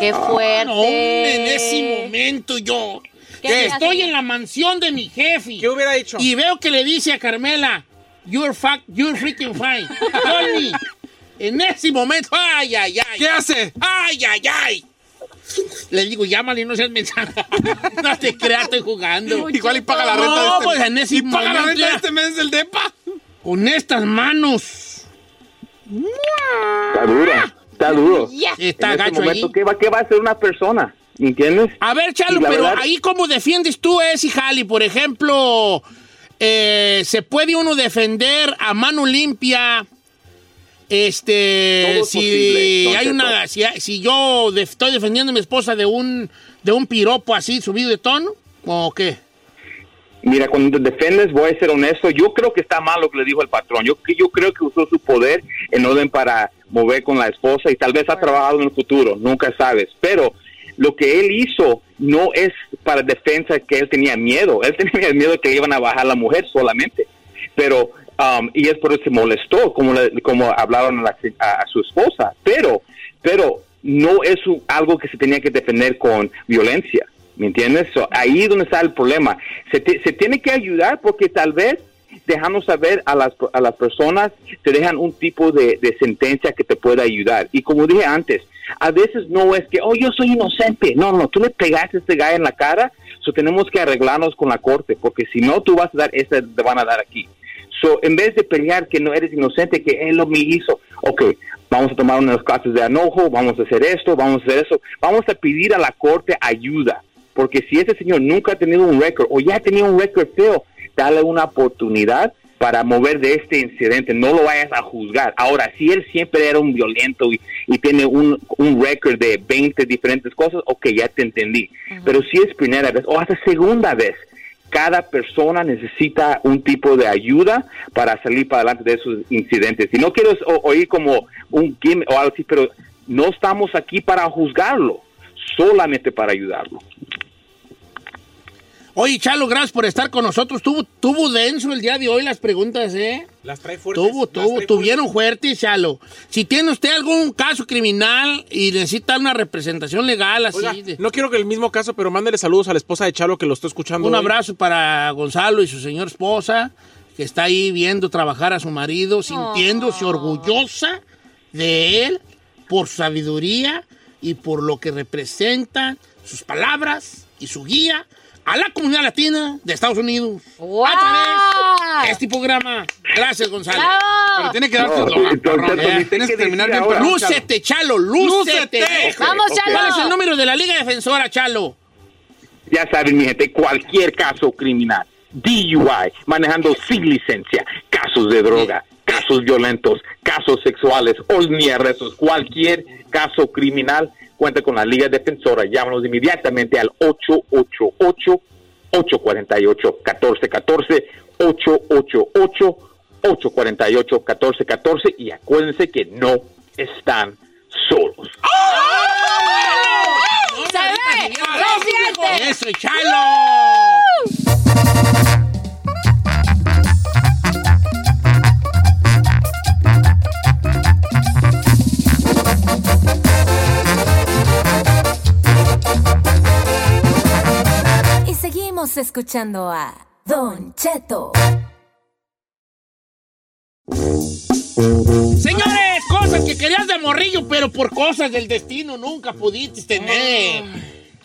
S2: Qué
S1: Ah, no, hombre, en
S2: fuerte.
S1: ese momento yo
S2: ¿Qué
S1: que
S2: hacías,
S1: estoy
S2: señor?
S1: en la mansión de mi jefe. ¿Qué hubiera hecho? Y veo que le dice a Carmela, you're, fuck, you're freaking fine. Tony, en ese momento, ay, ay, ay. ¿Qué hace? Ay, ay, ay. Le digo, llámale y no seas mensaje. No te creas, estoy jugando.
S5: Igual y paga la renta
S1: no,
S5: de este
S1: pues
S5: mes.
S1: en ese
S5: Y paga la
S1: momento
S5: renta de
S1: ya.
S5: este mes del depa.
S1: Con estas manos.
S9: Está duro, está duro.
S1: Ya. Está
S9: en este
S1: gacho
S9: momento,
S1: ahí.
S9: ¿qué va, ¿qué va a hacer una persona? ¿Me entiendes?
S1: A ver, Chalo,
S9: Y la
S1: pero
S9: verdad-
S1: ahí como defiendes tú es, Jali, por ejemplo, eh, se puede uno defender a mano limpia. Este,
S9: Todo es
S1: si
S9: posible, don
S1: hay
S9: Cheto.
S1: una, si, hay- si yo de- estoy defendiendo a mi esposa de un, de un piropo así subido de tono, ¿o qué?
S9: Mira, cuando te defiendes, voy a ser honesto, yo creo que está mal lo que le dijo el patrón. Yo, yo creo que usó su poder en orden para mover con la esposa y tal vez ha trabajado en el futuro, nunca sabes. Pero lo que él hizo no es para defensa que él tenía miedo. Él tenía miedo que le iban a bajar la mujer solamente. Pero, um, y es por eso se molestó, como, le- como hablaron a, la- a- a su esposa. Pero, pero no es un- algo que se tenía que defender con violencia. ¿Me entiendes? So, ahí es donde está el problema. Se, te- se tiene que ayudar porque tal vez dejando saber a las, a las personas, te dejan un tipo de, de sentencia que te pueda ayudar. Y como dije antes, a veces no es que, oh, yo soy inocente. No, no, tú le pegaste a este gallo en la cara, so tenemos que arreglarnos con la corte, porque si no, tú vas a dar, esa te van a dar aquí. So, en vez de pelear que no eres inocente, que él lo me hizo, ok, vamos a tomar unas clases de anojo, vamos a hacer esto, vamos a hacer eso, vamos a pedir a la corte ayuda, porque si ese señor nunca ha tenido un récord o ya ha tenido un récord feo, dale una oportunidad para mover de este incidente, no lo vayas a juzgar. Ahora, si él siempre era un violento y, y tiene un, un récord de 20 diferentes cosas, ok, ya te entendí. Pero si es primera vez o hasta segunda vez, cada persona necesita un tipo de ayuda para salir para adelante de esos incidentes. Y no quiero o- oír como un gimmick o algo así, pero no estamos aquí para juzgarlo, solamente para ayudarlo.
S1: Oye, Chalo, gracias por estar con nosotros. Tuvo, tuvo denso el día de hoy las preguntas, ¿eh?
S3: Las trae fuertes.
S1: Tuvo,
S3: las
S1: tuvo,
S3: trae
S1: tuvieron fuerte, Chalo. Si tiene usted algún caso criminal y necesita una representación legal así
S3: Oiga,
S1: de-
S3: No quiero que el mismo caso, pero mándele saludos a la esposa de Chalo que lo está escuchando.
S1: Un
S3: hoy.
S1: abrazo para Gonzalo y su señor esposa, que está ahí viendo trabajar a su marido, sintiéndose orgullosa de él por su sabiduría y por lo que representan sus palabras y su guía a la comunidad latina de Estados Unidos. A través de este programa. Gracias, Gonzalo.
S5: Pero tiene que dar tu eslogan, cabrón. Eh, Tienes que terminar bien, pero.
S1: Lúcete, Chalo, lúcete.
S5: Lúcete. Vamos, Chalo.
S1: ¿Cuál es el número de la Liga Defensora, Chalo?
S9: Ya saben, mi gente, cualquier caso criminal, DUI, manejando sin licencia, casos de droga, casos violentos, casos sexuales, o ni arrestos, cualquier caso criminal, cuenta con la Liga Defensora. Llámanos inmediatamente al 888-848-1414, 888-848-1414, y acuérdense que no están solos.
S2: ¡Se ve! ¡Se siente!
S1: ¡Eso, Chalo!
S11: Y seguimos escuchando a Don Cheto.
S1: Señores, cosas que querías de morrillo, pero por cosas del destino nunca pudiste tener.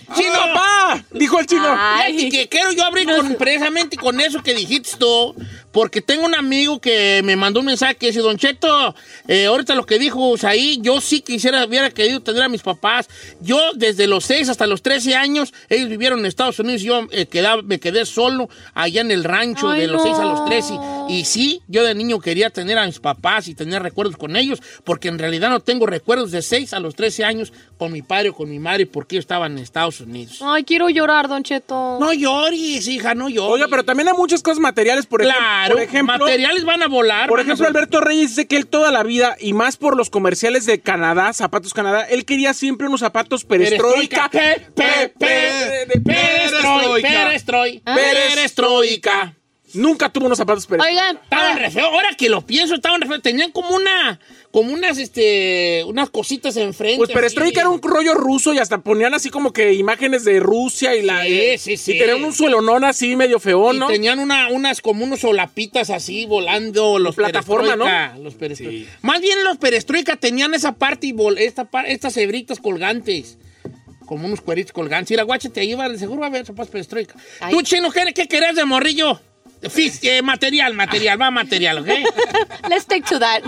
S1: Ah. ¡Chino,
S3: pa! Dijo el chino.
S1: Fíjate que quiero yo abrir con- precisamente con eso que dijiste tú, porque tengo un amigo que me mandó un mensaje que dice, Don Cheto, eh, ahorita lo que dijo ahí, yo sí quisiera, hubiera querido tener a mis papás. Yo desde los 6 hasta los 13 años, ellos vivieron en Estados Unidos y yo eh, quedaba- me quedé solo allá en el rancho
S3: Ay,
S1: de los
S3: no.
S1: 6 a los 13. Y sí, yo de niño quería tener a mis papás y tener recuerdos con ellos, porque en realidad no tengo recuerdos de 6 a los 13 años con mi padre o con mi madre, porque yo estaba en Estados Unidos.
S2: Ay, quiero llorar, Don Cheto.
S1: No llores, hija, no llores.
S3: Oiga, pero también hay muchas cosas materiales, por, ejem-
S1: Claro,
S3: por ejemplo.
S1: materiales van a volar.
S3: Por
S1: van a
S3: ejemplo,
S1: volar.
S3: Alberto Reyes dice que él toda la vida, y más por los comerciales de Canadá, Zapatos Canadá, él quería siempre unos zapatos perestroika.
S1: Perestroika, pe- pe- pe- pe- perestroika, perestroika, perestroika.
S3: Nunca tuvo unos zapatos perestroika.
S2: Oigan,
S1: Estaban re feo. Ahora que lo pienso, estaban re feo. Tenían como una. Como unas, este. Unas cositas enfrente.
S3: Pues perestroika era un rollo ruso y hasta ponían así como que imágenes de Rusia y la. eh,
S1: Sí, sí, sí.
S3: Y tenían un suelonón así medio feón, ¿no?
S1: Tenían una, unas como unos solapitas así volando los
S3: plataforma,
S1: perestroika,
S3: ¿no?
S1: Los perestroika. Más bien los perestroika tenían esa parte y vol- esta par- estas hebritas colgantes. Como unos cueritos colgantes. Y la guacha te iba, de seguro va a haber zapatos perestroika.
S3: Ay.
S1: ¿Tú, chino, qué, qué querés de morrillo? Fis- eh, material, material, va material, ¿ok?
S2: Let's stick to that.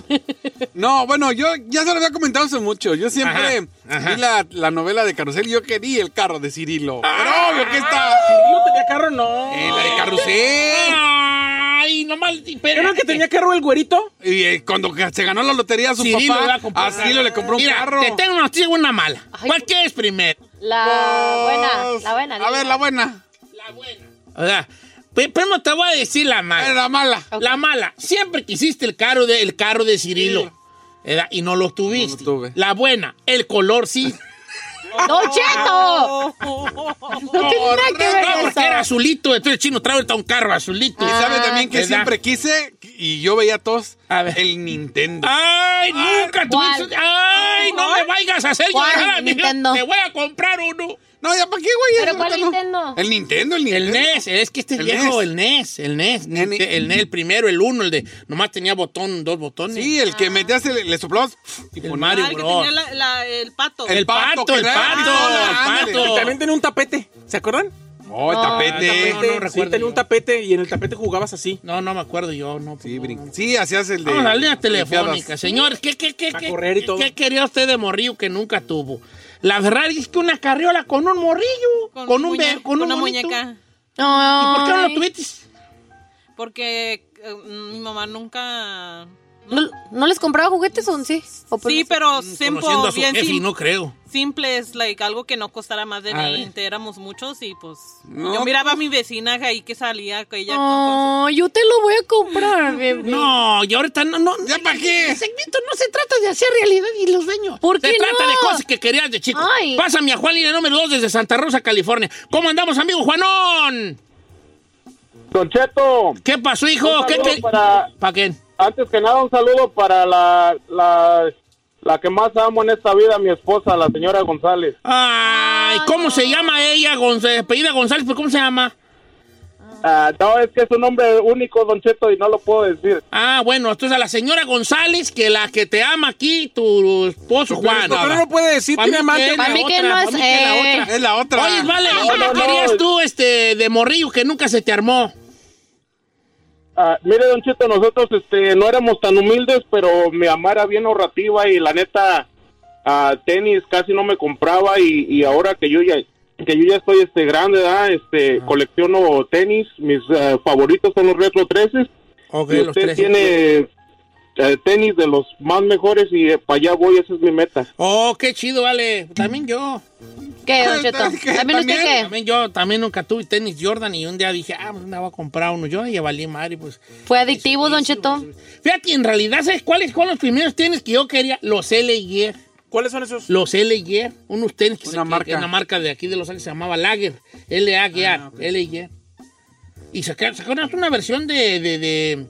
S5: No, bueno, yo ya se lo había comentado hace mucho. Yo siempre
S1: ajá. Ah.
S5: vi la, la novela de Carrusel y yo quería el carro de Cirilo. Pero obvio que está.
S3: ¿Cirilo tenía carro? No.
S5: la de Carrusel.
S1: Ah. Ay, no mal. Pero este,
S3: ¿Era el que tenía carro el güerito?
S5: Y eh, cuando que se ganó la lotería, su
S1: Cirilo iba
S5: papá
S1: a comprar
S5: a Ah, Cirilo le compró un
S1: Mira,
S5: carro.
S1: Te tengo una noticia y una mala. ¿Cuál quieres primero?
S2: La buena, la buena.
S5: A ver, la buena.
S1: O sea, pe- Primero te voy a decir la mala.
S5: La mala.
S1: La mala. Siempre quisiste el carro de, el carro de Cirilo. ¿verdad? Y no lo tuviste. La buena, el color sí.
S2: ¡Don Cheto! No tiene nada que ver
S1: No, porque era
S2: eso.
S1: azulito, entonces el chino trae ahorita un carro azulito.
S2: Ah.
S5: Y sabe también que
S1: ¿Verdad?
S5: siempre quise, y yo veía a todos, el Nintendo.
S1: Ah. ¡Ay, nunca tuviste! ¡Ay, no me va vayas a hacer
S2: ¿Cuál
S1: llorar a mi
S2: Nintendo?
S1: Te voy a comprar uno.
S5: No, ya para qué, güey.
S2: ¿Pero cuál Nintendo?
S5: El Nintendo, el Nintendo.
S1: El NES, es que este es
S5: El
S1: viejo,
S5: NES.
S1: el NES, el NES, Ninte- Este, el NES, el primero, el uno, el de nomás tenía botón, dos botones.
S5: Sí, el
S2: Ah.
S5: que metías, le, le soplabas y
S1: E. El
S5: ponía-
S1: Mario
S4: Ah, el que
S1: Bros.
S4: tenía la- la- el pato.
S1: El pato, el
S5: que era-
S1: pato,
S5: Ah,
S1: el
S5: ándale.
S1: pato.
S3: También tenía un tapete, ¿se acuerdan? Este,
S5: Oh, el tapete.
S1: no, no recuerdo
S3: sí, tenía
S1: yo.
S3: un tapete y en el tapete jugabas así.
S1: No, no me acuerdo yo, no. Sí, brinca.
S5: Sí, hacías el de.
S1: Vamos a la línea telefónica.
S5: limpiabas.
S1: Señores, ¿qué, qué, qué,
S3: Pa'
S1: qué,
S3: correr y todo.
S1: qué quería usted de morrillo que nunca tuvo? La Ferrari es que una carriola con un morrillo, con, un
S4: muñe-
S1: be- con un
S4: una
S1: monito.
S4: muñeca.
S1: ¿Y por qué no lo
S2: Ay.
S1: tuviste?
S4: Porque eh, mi mamá nunca.
S2: ¿No, no les compraba juguetes o sí? ¿O por-
S4: Sí, pero
S1: mm, Conociendo
S4: simple,
S1: a su
S4: bien
S1: jefe,
S4: sim-
S1: no creo.
S4: simples, like algo que no costara más de
S1: A ver.
S4: 20, éramos muchos y pues
S5: No,
S4: yo miraba a mi vecina ahí que salía, que ella
S2: No, yo te lo voy a comprar, bebé.
S1: No, y ahorita no, no.
S5: ¿Ya para qué?
S1: El segmento no se trata de hacer realidad y los dueños.
S2: ¿Por
S1: Se
S2: qué
S1: trata
S2: no?
S1: de cosas que querías de chico.
S2: Ay.
S1: Pásame a Juan Línea número 2 desde Santa Rosa, California. ¿Cómo andamos, amigo Juanón?
S6: Don Cheto,
S1: ¿Qué pasó, hijo?
S6: Un
S1: ¿Qué
S6: saludo
S1: te-
S6: para-
S1: ¿Pa' quién?
S6: antes que nada un saludo para la, la, la que más amo en esta vida, mi esposa, la señora González.
S2: Ah,
S1: Ay, ¿cómo se llama ella? González, pedida González, ¿pero ¿cómo se llama?
S6: Ah, no, es que es un nombre único, Don Cheto, y no lo puedo decir.
S1: Ah, bueno, entonces a la señora González, que la que te ama aquí, tu esposo Juan.
S3: Pero no puede decir,
S1: Pa'
S3: tiene
S1: mí
S3: amante.
S1: que la
S2: Pa' mí que
S1: otra,
S2: no
S1: pa'
S2: es-
S1: mí que la
S2: eh.
S1: otra.
S5: Es la otra.
S1: Oye, vale,
S6: No,
S1: ¿qué
S6: no, no.
S1: querías tú este, de morrillo que nunca se te armó?
S6: Ah, mire, Don Cheto, nosotros este, no éramos tan humildes, pero mi mamá era bien ahorrativa y la neta, ah, tenis casi no me compraba y, y ahora que yo ya que yo ya estoy este grande, ¿verdad? este colecciono tenis, mis ah, favoritos son los Retro 13
S1: Ok,
S6: y usted tiene eh, tenis de los más mejores y eh, para allá voy, esa es mi meta.
S1: Oh, qué chido, vale. También yo.
S2: ¿Qué, Don Cheto?
S5: ¿Qué?
S2: ¿También usted qué?
S1: También yo, también nunca tuve tenis Jordan y un día dije, ah, pues me voy a comprar uno yo y valí madre, pues.
S2: ¿Fue adictivo, Don Cheto?
S1: Fíjate, en realidad, ¿sabes cuáles fueron los primeros tenis que yo quería? Los L.I.E.
S3: ¿Cuáles son esos?
S1: Los L.I.E. Unos tenis que
S5: Una
S1: se-
S5: marca. Ah,
S1: que una marca de aquí de Los Ángeles se llamaba Lager. L.A.G.A. L.I.E. E. Y saca- sacaron una versión de, de, de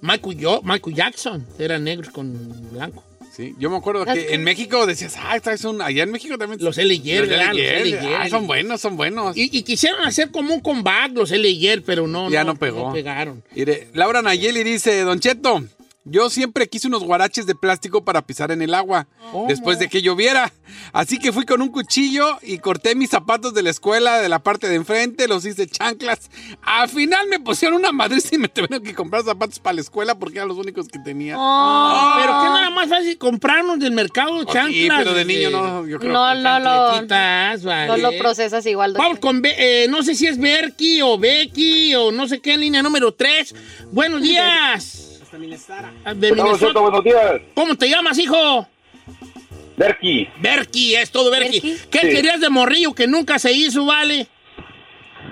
S1: Michael, Jo- Michael Jackson. Eran negros con blanco.
S5: Sí, yo me acuerdo
S2: Las-
S5: que en México decías, ah, traes un. Allá en México también.
S1: Los L.I.E.
S5: Los
S1: ¿verdad? Los
S5: L.I.E.,
S1: L.I.E..
S5: ah, son buenos, son buenos.
S1: Y, y quisieron hacer como un comeback los L.I.E., pero no.
S5: Ya no pegó.
S1: pegaron.
S5: Mire, Laura Nayeli dice, Don Cheto, yo siempre quise unos guaraches de plástico para pisar en el agua, Oh. después de que lloviera. Así que fui con un cuchillo y corté mis zapatos de la escuela, de la parte de enfrente, los hice chanclas. Al final me pusieron una madriz y me tuvieron que comprar zapatos para la escuela porque eran los únicos que tenía.
S1: Pero qué nada más fácil comprarnos del mercado
S5: Ah. Oh,
S1: chanclas.
S5: sí, pero de niño
S1: este,
S5: no, yo creo.
S2: No, no lo,
S1: chancletitas,
S2: no
S1: vale.
S2: lo procesas igual, Don
S1: ¿eh? Vamos
S2: Cheto.
S1: con, Be- eh, no sé si es Berky o Becky o no sé qué, línea número 3. Buenos días. Ah, de
S6: Don
S1: Minnesota.
S6: Cheto, buenos días.
S1: ¿Cómo te llamas, hijo?
S6: Derki,
S1: Berky, es todo Berky.
S2: ¿Berky?
S1: ¿Qué
S6: Sí.
S1: querías de morrillo que nunca se hizo, vale?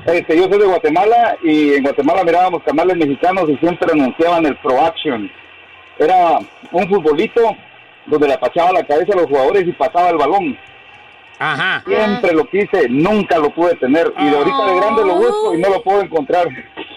S6: Este, yo soy de Guatemala y en Guatemala mirábamos canales mexicanos y siempre anunciaban el Pro Action. Era un futbolito donde le apachaba la cabeza a los jugadores y pasaba el balón.
S1: Ajá.
S6: Siempre lo quise, nunca lo pude tener. Y de ahorita de grande lo busco y no lo puedo encontrar.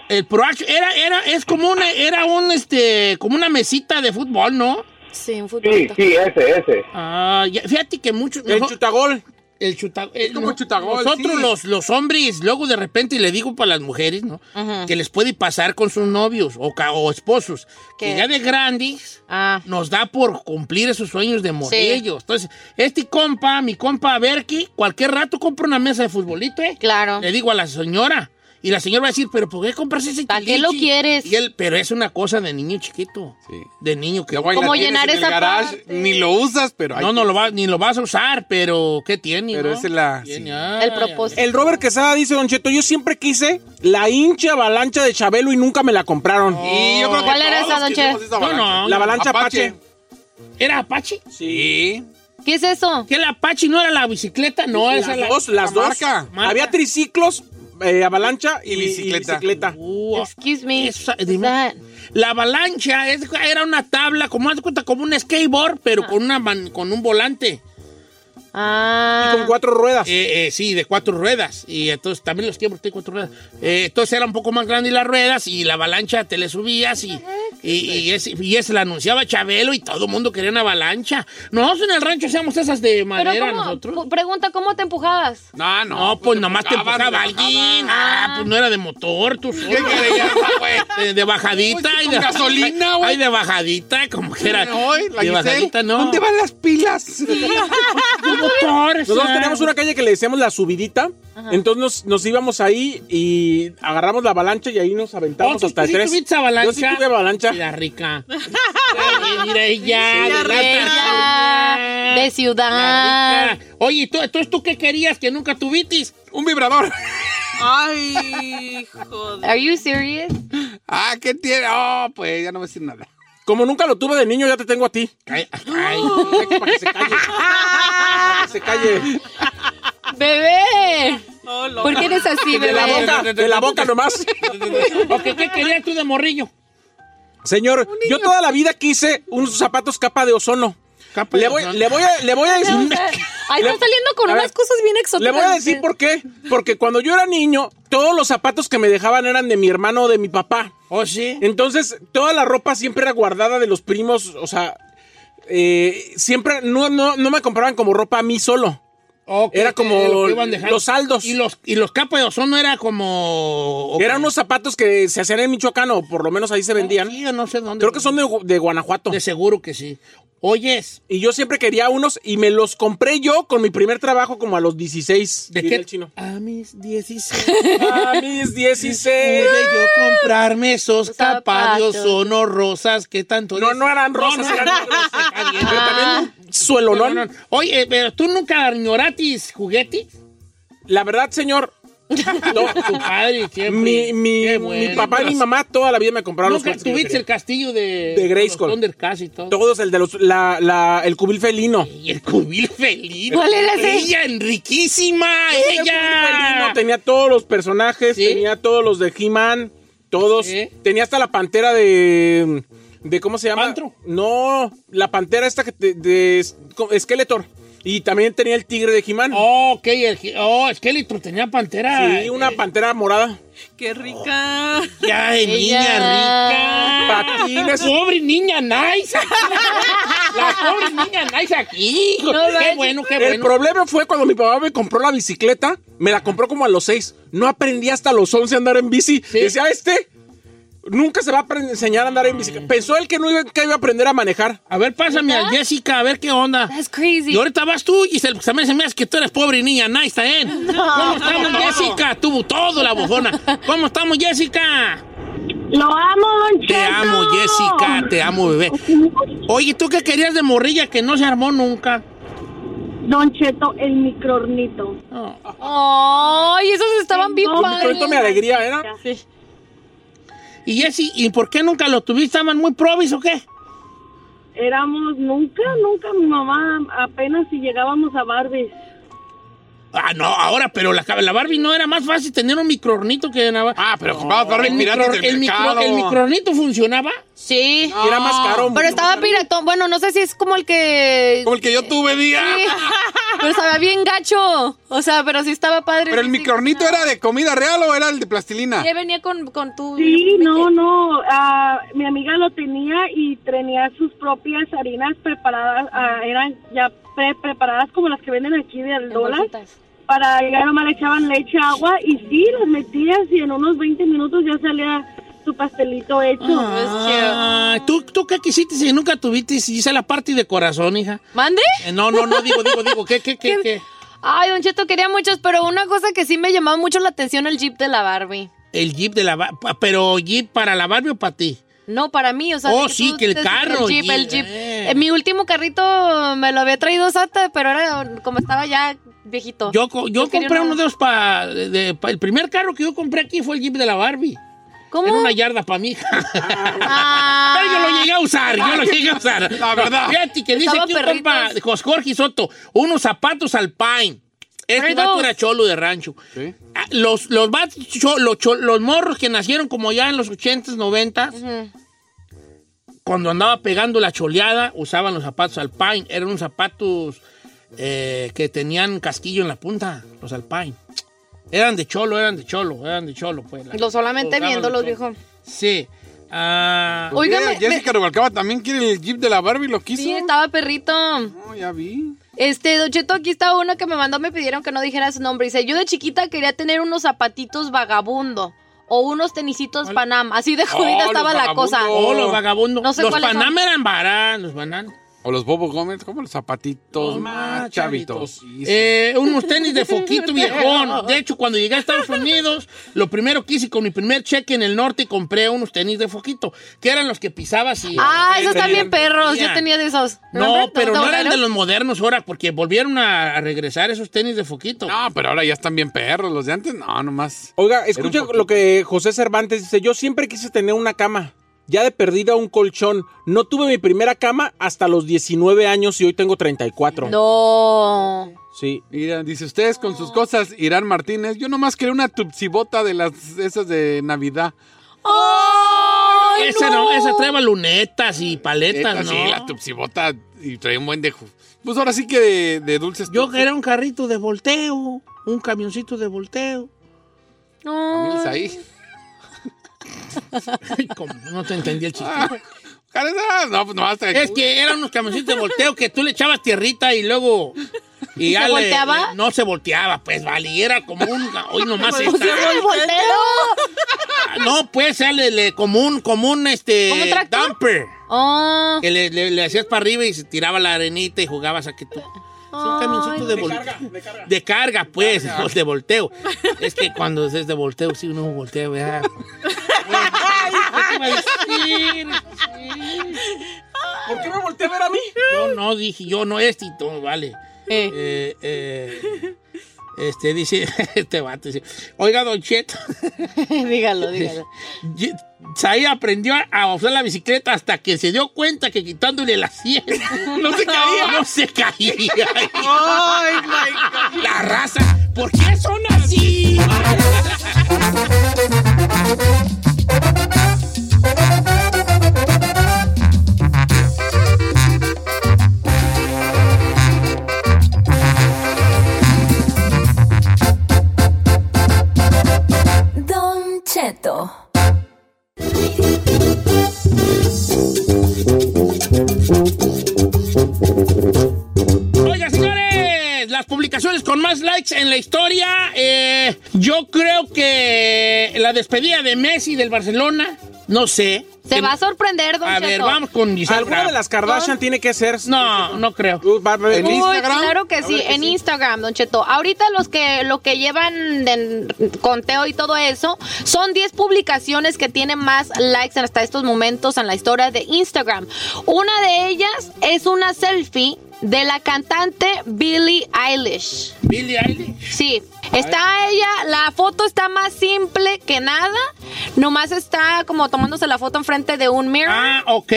S1: El Pro Action era, era, es como una, era un, este, como una mesita de fútbol, ¿no?
S2: Sí, un
S6: Sí,
S2: futbolito.
S6: sí, ese, ese.
S1: Ah, ya- fíjate que muchos...
S3: El chutagol.
S1: El chuta- eh,
S5: como chutagol,
S1: Nosotros
S5: sí.
S1: los, los hombres, luego de repente, y le digo para las mujeres, ¿no? Que les puede pasar con sus novios o, ca- o esposos. Que
S2: ¿Qué?
S1: ya de grandes
S2: Ah.
S1: nos da por cumplir esos sueños de morrillos. Entonces, este compa, mi compa Berky, cualquier rato compra una mesa de futbolito, ¿eh?
S2: Claro.
S1: Le digo a la señora. Y la señora va a decir, ¿pero por qué compras ese
S2: ¿Para qué lo
S1: chilichi?"
S2: quieres?
S1: Y él, pero es una cosa de niño chiquito.
S5: Sí.
S1: De niño que...
S5: Luego ahí la
S2: ¿Cómo
S5: tienes
S2: llenar
S5: en el
S2: esa
S5: garage,
S2: parte?
S5: Ni lo usas, pero ahí
S1: No, no lo va, ni lo vas a usar, pero ¿qué tiene?
S5: Pero
S1: no?
S5: esa es la-
S1: Tiene,
S5: sí.
S1: ay,
S2: El
S1: ay,
S2: propósito.
S3: El Robert Quesada dice, Don Cheto, yo siempre quise la hincha avalancha de Chabelo y nunca me la compraron.
S5: Y yo creo que
S2: ¿Cuál era
S5: todos
S2: esa, Don
S5: quisimos
S2: Che?
S5: esa avalancha.
S1: No, no.
S3: La avalancha
S5: Apache.
S3: Apache.
S1: ¿Era Apache?
S5: Sí.
S2: ¿Qué es eso?
S1: ¿Que el Apache no era la bicicleta? No, esa
S3: Las
S1: era la...
S3: dos, las
S5: la
S3: dos.
S5: marca.
S3: Había triciclos, eh, avalancha y,
S5: Y
S3: y
S5: bicicleta.
S3: bicicleta.
S1: Uh,
S2: Excuse me.
S1: esa-
S2: Is
S1: dime.
S2: that-
S1: la avalancha es- era una tabla, como haz de cuenta, como un skateboard, pero con, una man- con un volante. eh,
S2: Ah.
S3: ¿Y con cuatro ruedas?
S1: sí, de cuatro ruedas. Y entonces también los tiempos de cuatro ruedas. Eh, entonces era un poco más grande y las ruedas y la avalancha te le subías y, y, y ese- y ese la anunciaba Chabelo y todo el mundo quería una avalancha. Nosotros en el rancho hacíamos esas de
S2: Pero
S1: madera
S2: ¿cómo?
S1: nosotros.
S2: Pu- Pregunta, ¿cómo te empujabas?
S1: No, no. pues nomás te
S2: empujaban,
S1: empujaba alguien. Ah, pues no era de motor, tú solo. De, de bajadita.
S5: Uy,
S1: y
S5: Pues, con
S1: de,
S5: gasolina, güey.
S1: Ay, de bajadita, como que era.
S5: Ay, la
S1: de
S5: Giselle,
S1: bajadita, no.
S5: ¿Dónde van las pilas?
S3: Nosotros teníamos una calle que le decíamos la subidita.
S1: Ajá.
S3: Entonces nos, nos íbamos ahí y agarramos la avalancha y ahí nos aventamos
S1: Oh, ¿tú
S3: hasta
S1: sí
S3: tres.
S1: tuviste
S3: Yo
S1: avalancha?
S3: sí tuve avalancha.
S1: Mira, rica. Mira
S2: La
S1: ella. la
S2: reina de ciudad.
S1: rica. Oye, ¿y ¿tú, entonces tú qué querías que nunca tuviste?
S5: Un vibrador.
S4: Ay, joder.
S2: Are you serious?
S5: Ah, ¿qué tiene? Oh, pues ya no voy a decir nada.
S3: Como nunca lo tuve de niño, ya te tengo a ti.
S1: Ay,
S3: para que se calle. Para que se calle.
S2: Bebé.
S4: Oh, loco.
S2: ¿Por qué eres así,
S3: De la
S2: bebé?
S3: boca, de la boca nomás.
S1: Ok, ¿Qué querías tú de morrillo?
S3: Señor, yo toda la vida quise unos zapatos capa de ozono.
S1: de
S3: le, voy,
S1: ozono.
S3: le voy a, le voy a decir.
S2: Ahí
S3: Le-
S2: están saliendo con
S3: A ver,
S2: unas cosas bien exóticas.
S3: Le voy a decir por qué. Porque cuando yo era niño, todos los zapatos que me dejaban eran de mi hermano o de mi papá.
S1: ¿O Oh, sí?
S3: Entonces, toda la ropa siempre era guardada de los primos. O sea, eh, siempre no, no, no me compraban como ropa a mí solo.
S1: Ok, este,
S3: Era como
S1: lo que iban dejando.
S3: los saldos.
S1: Y los, y los capas de ozono era como... o-
S3: Eran unos zapatos que se hacían en Michoacán o por lo menos ahí se vendían.
S1: Sí, yo no sé dónde.
S3: Creo que son de, Gu- de Guanajuato.
S1: De seguro que sí. Oyes,
S3: Y yo siempre quería unos y me los compré yo con mi primer trabajo como a los 16.
S1: ¿de
S3: diría
S1: qué?
S3: el chino.
S1: A mis 16.
S3: A mis 16.
S1: Pude yo comprarme esos
S2: Zapatos.
S1: capas de ozono rosas que tanto...
S3: No, no eran rosas, eran
S1: rosas. Está bien.
S3: Suelo,
S1: No, no, no. Oye, eh, pero tú nunca ignoratis juguetes.
S3: La verdad, señor,
S1: No, tu padre siempre.
S3: mi, mi-
S1: Qué
S3: mi
S1: bueno.
S3: papá y mi mamá toda la vida me compraron los
S1: Nunca
S3: juguetes que yo
S1: tuviste el
S3: quería.
S1: castillo de...
S3: De Grayskull.
S1: los Thundercats y todo.
S3: Todos, el de los, la, la- el cubil felino.
S1: Y el cubil felino.
S2: ¿Cuál era ese?
S1: Ella, enriquísima,
S3: El cubil
S1: ella.
S3: felino tenía todos los personajes,
S1: ¿Sí?
S3: tenía todos los de He-Man, todos.
S1: ¿Sí?
S3: Tenía hasta la pantera de... de ¿Cómo se llama?
S1: ¿Pantro?
S3: No, la pantera esta que te- de, Skeletor. Y también tenía el tigre de He-Man.
S1: Oh, ok, el, gi- oh, Skeletor tenía pantera. Eh,
S3: sí, una pantera morada.
S4: Qué rica.
S1: Ya, eh, niña
S2: Ella.
S1: rica.
S3: Patines.
S1: Pobre niña nice. aquí. La pobre niña nice aquí. hijo.
S2: No
S1: qué
S2: manches.
S1: bueno, qué
S3: El
S1: bueno.
S3: problema fue cuando mi papá me compró la bicicleta, me la compró como a los 6. No aprendí hasta los 11 a andar en bici. Decía, este nunca se va a apre- enseñar a andar en bicicleta. Pensó él que no iba, que iba a aprender a manejar.
S1: A ver, pásame a Jessica, a ver qué onda.
S3: Ah,
S2: That's crazy.
S1: Y ahorita vas tú y se, también se me hace que tú eres pobre niña nice también. ¿Cómo estamos, Jessica? Tuvo todo la bofona. ¿Cómo estamos, Jessica?
S10: Lo amo, Don
S1: Te amo, Jessica, te amo, bebé. Oye, ¿tú qué querías de morrilla que no se armó nunca?
S10: Don Cheto, el microornito.
S1: No.
S2: Ay, esos estaban bien
S10: No,
S2: padres.
S3: Pronto mi alegría ¿eh? era.
S1: Y Jessy, ¿y por qué nunca lo tuviste? ¿Estaban muy probis o qué?
S10: Éramos nunca, nunca mi mamá, apenas si llegábamos a Barbie.
S1: Ah, no, ahora, pero la, la Barbie no era más fácil tener un microornito que una Barbie.
S5: Ah, pero comprabas Barbie piratas del
S1: el, micro-
S5: mercado.
S1: el microornito funcionaba.
S2: Sí.
S3: Y Era más caro.
S2: Pero estaba piratón. Bueno, no sé si es como el que.
S5: Como el que yo tuve, día.
S2: Sí. Pero estaba bien gacho. O sea, pero sí estaba padre.
S5: ¿Pero el
S2: Sí,
S5: microornito era de comida real o era el de plastilina?
S2: Ya venía con, con tu.
S10: Sí, no, no. ah, mi amiga lo tenía y tenía sus propias harinas preparadas, ah, eran ya pre preparadas como las que venden aquí del
S2: En
S10: dólar.
S2: bolsitas.
S10: Para ya nomás le echaban leche, agua y sí, las metías y en unos 20 minutos ya salía tu pastelito hecho.
S1: Ah, ¿tú, ¿Tú qué quisiste si nunca tuviste? Hice la parte de corazón, hija.
S2: ¿Mande?
S1: Eh, No, no, no, digo, digo, digo, ¿qué, qué, qué? qué?
S2: Ay, Don Cheto, quería muchos, pero una cosa que sí me llamaba mucho la atención el jeep de la Barbie.
S1: El jeep de la... Bar- pa- Pero jeep para la Barbie o para ti.
S2: No, para mí, o sea... de
S1: Oh, sí,
S2: tú
S1: que el
S2: te-
S1: carro,
S2: El jeep, el jeep.
S1: jeep, eh.
S2: Eh, mi último carrito me lo había traído Santa, pero era como estaba ya viejito.
S1: Yo, co- yo
S2: No quería
S1: compré
S2: nada.
S1: uno de los para... el primer carro que yo compré aquí fue el jeep de la Barbie.
S2: ¿Cómo?
S1: Era una yarda para mí.
S2: Ah.
S1: Pero yo lo llegué a usar, yo lo llegué a usar.
S5: La verdad.
S1: Fíjate que dice
S2: Estaba
S1: aquí un
S2: perritos.
S1: compa, Jos- Jorge Soto, unos zapatos alpine. Este
S2: Perdos.
S1: vato era cholo de rancho.
S5: Sí.
S1: Ah, Los, los, vatos cho- los, cho- los morros que nacieron como ya en los 80s, 90s, cuando andaba pegando la choleada, usaban los zapatos alpine. Eran unos zapatos eh, que tenían casquillo en la punta, los Alpine. Eran de cholo, eran de cholo, eran de cholo. Pues, la-
S2: Lo solamente
S1: los
S2: viéndolos,
S1: daban de cholo.
S2: viejo.
S1: Sí. Ah,
S2: Óigame,
S5: Oye, Eh, Jessica Rubalcaba también quiere el Jeep de la Barbie, lo quiso.
S2: Sí, estaba perrito.
S5: ya vi.
S2: Este, Don Cheto, aquí está uno que me mandó, me pidieron que no dijera su nombre. Dice, yo de chiquita quería tener unos zapatitos vagabundo o unos tenisitos Panam. Así de jodida
S1: Oh,
S2: estaba
S1: los
S2: la cosa.
S1: vagabundos. Oh, los vagabundos.
S2: No sé
S1: los
S2: cuáles son.
S1: Panam eran baratos, los bananos.
S5: O los Bobo Gómez, como los zapatitos
S1: No,
S5: más
S2: Ah,
S1: más
S5: chavitos.
S1: Ah, Eh, unos tenis de foquito viejón. De hecho, cuando llegué a Estados Unidos, lo primero que hice con mi primer cheque en el norte, compré unos tenis de foquito, que eran los que pisabas y...
S2: Ah, esos también perros. Yo
S1: Tenían.
S2: tenía de esos.
S1: No,
S2: ¿Remember?
S1: pero
S2: ¿Te
S1: no eran
S2: acuerdas?
S1: de los modernos ahora, porque volvieron a, a regresar esos tenis de foquito.
S5: No, pero ahora ya están bien perros. Los de antes, no, nomás.
S3: Oiga, escucha lo que José Cervantes dice. Yo siempre quise tener una cama. Ya de perdida un colchón. No tuve mi primera cama hasta los 19 años y hoy tengo 34.
S2: No.
S3: Sí.
S5: Mira, dice ustedes con sus cosas, Irán Martínez. Yo nomás quería una tupsibota de las esas de Navidad.
S2: ¡Ay,
S1: esa no, esa traía lunetas y paletas,
S5: Neta,
S1: ¿no?
S5: Sí, la tupsibota y traía un buen de. ju- Pues ahora sí que de, de dulces.
S1: Yo era un carrito de volteo, un camioncito de volteo.
S2: No.
S5: Tupsis ahí.
S1: ¿Cómo? No te entendí el chiste.
S5: Ojalá, No, pues nomás traía-
S1: Es que eran unos camioncitos de volteo que tú le echabas tierrita y luego. ¿Y,
S2: ¿Y se
S1: le-
S2: volteaba?
S1: le- no se volteaba, pues, vale. Y era como un. Hoy nomás
S2: ¿Por
S1: esta.
S2: qué se volteó?
S1: No, pues, sale le- como un, como un este,
S2: ¿Como un tractor?
S1: dumper.
S2: Oh.
S1: Que le, le- le hacías para arriba y se tiraba la arenita y jugabas a que tú. un camioncito de
S2: Ay.
S1: volteo. De carga, pues, no de volteo. Es que cuando es de volteo, sí, uno voltea, vea. Bueno, ¿qué te iba a decir?
S3: ¿Por qué me volteé a ver a mí?
S1: No, no, dije yo, no este, y todo, vale. Eh, eh, este dice, este vato dice, oiga, Don Cheto,
S2: dígalo, dígalo.
S1: ye- Saí aprendió a- a usar la bicicleta hasta que se dio cuenta que quitándole la sien
S5: No se caía.
S1: no se caía.
S4: Ay, my God.
S1: La raza, ¿por qué son así?
S11: Don Cheto.
S1: Oiga, señores, las publicaciones con más likes en la historia. eh, yo creo que la despedida de Messi del Barcelona, no sé.
S2: Se va a sorprender, don
S1: A
S2: Cheto.
S1: ver, vamos con Giselle
S3: Alguna
S1: Bravo.
S3: de las Kardashian tiene que ser.
S1: No, no creo.
S3: Uh, va- va-
S5: ¿En
S2: Uy,
S5: Instagram?
S2: claro que sí, en Instagram, Don Cheto. Ahorita los que lo que llevan de conteo y todo eso son 10 publicaciones que tienen más likes hasta estos momentos en la historia de Instagram. Una de ellas es una selfie de la cantante Billie Eilish.
S1: Billie Eilish.
S2: Sí, está ella, la foto está más simple que nada, nomás está como tomándose la foto enfrente de un mirror.
S1: Ah, ok.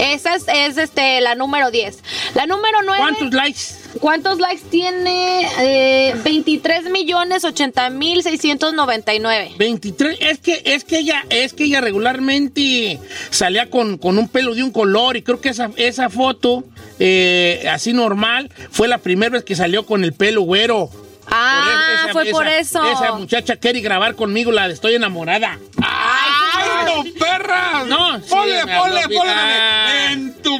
S2: Esa es, es, este, la número 10. La número 9...
S1: ¿Cuántos likes?
S2: ¿Cuántos likes tiene? Eh, 23 millones 80 mil 699.
S1: 23, es que, es que ella, es que ella regularmente salía con, con un pelo de un color y creo que esa, esa foto, eh, así normal, fue la primera vez que salió con el pelo güero.
S2: Ah,
S1: e-, Esa-
S2: fue
S1: esa-
S2: por eso.
S1: Esa muchacha quiere grabar conmigo la de Estoy enamorada.
S5: ¡Ay, no, perra!
S1: No, sí,
S5: ¡Ponle,
S1: me
S5: ponle,
S1: olvidé.
S5: ponle! ¡En tu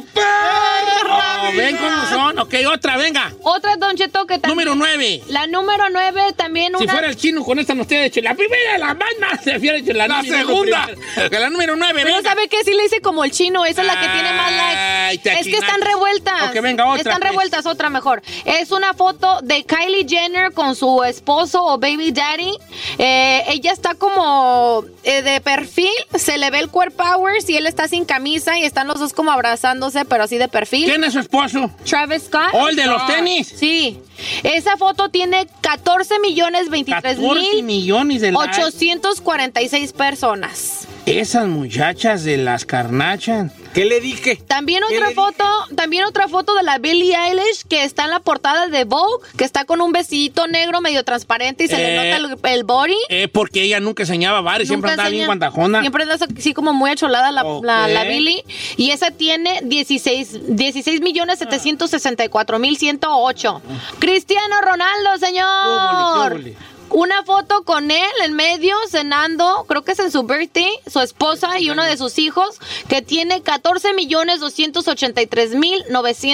S5: perra!
S1: Oh, ven cómo son. Ok, otra, venga.
S2: Otra Don Cheto que también.
S1: Número 9.
S2: La número 9 también
S1: Si
S2: una.
S1: fuera el chino con esta no te hubiera dicho la primera, la más más, se hubiera dicho la,
S5: La
S1: número
S5: segunda.
S1: primera. Que la número 9,
S2: Pero sabe que sí le hice como el chino, esa es la que tiene más
S1: Ay,
S2: likes.
S1: te
S2: Es que están
S1: achinaste.
S2: revueltas.
S1: Ok, venga, otra,
S2: Están
S1: pues.
S2: revueltas, otra mejor. Es una foto de Kylie Jenner con su esposo o baby daddy. Eh, ella está como eh, de perfil, se le ve el core powers y él está sin camisa y están los dos como abrazándose, pero así de perfil.
S1: ¿Quién es su esposo?
S2: Travis Scott.
S1: ¿O el de los tenis?
S2: Sí. Esa foto tiene 14 millones 23
S1: 14
S2: mil
S1: millones de likes.
S2: 846 personas.
S1: Esas muchachas de las carnachas.
S3: ¿Qué le dije?
S2: También otra foto, también otra foto de la Billie Eilish que está en la portada de Vogue, que está con un besito negro medio transparente y se
S1: Eh,
S2: le nota el, el body.
S1: Eh, porque ella nunca enseñaba bares, siempre
S2: Nunca
S1: andaba bien
S2: enseña-
S1: guandajona.
S2: Siempre anda así como muy acholada la, la,
S1: Ok.
S2: la Billie. Y esa tiene 16, 16 millones 764 mil 108. Cristiano Ronaldo, señor. Una foto con él en medio cenando, creo que es en su birthday, su esposa y uno de sus hijos, que tiene 14 millones 283 mil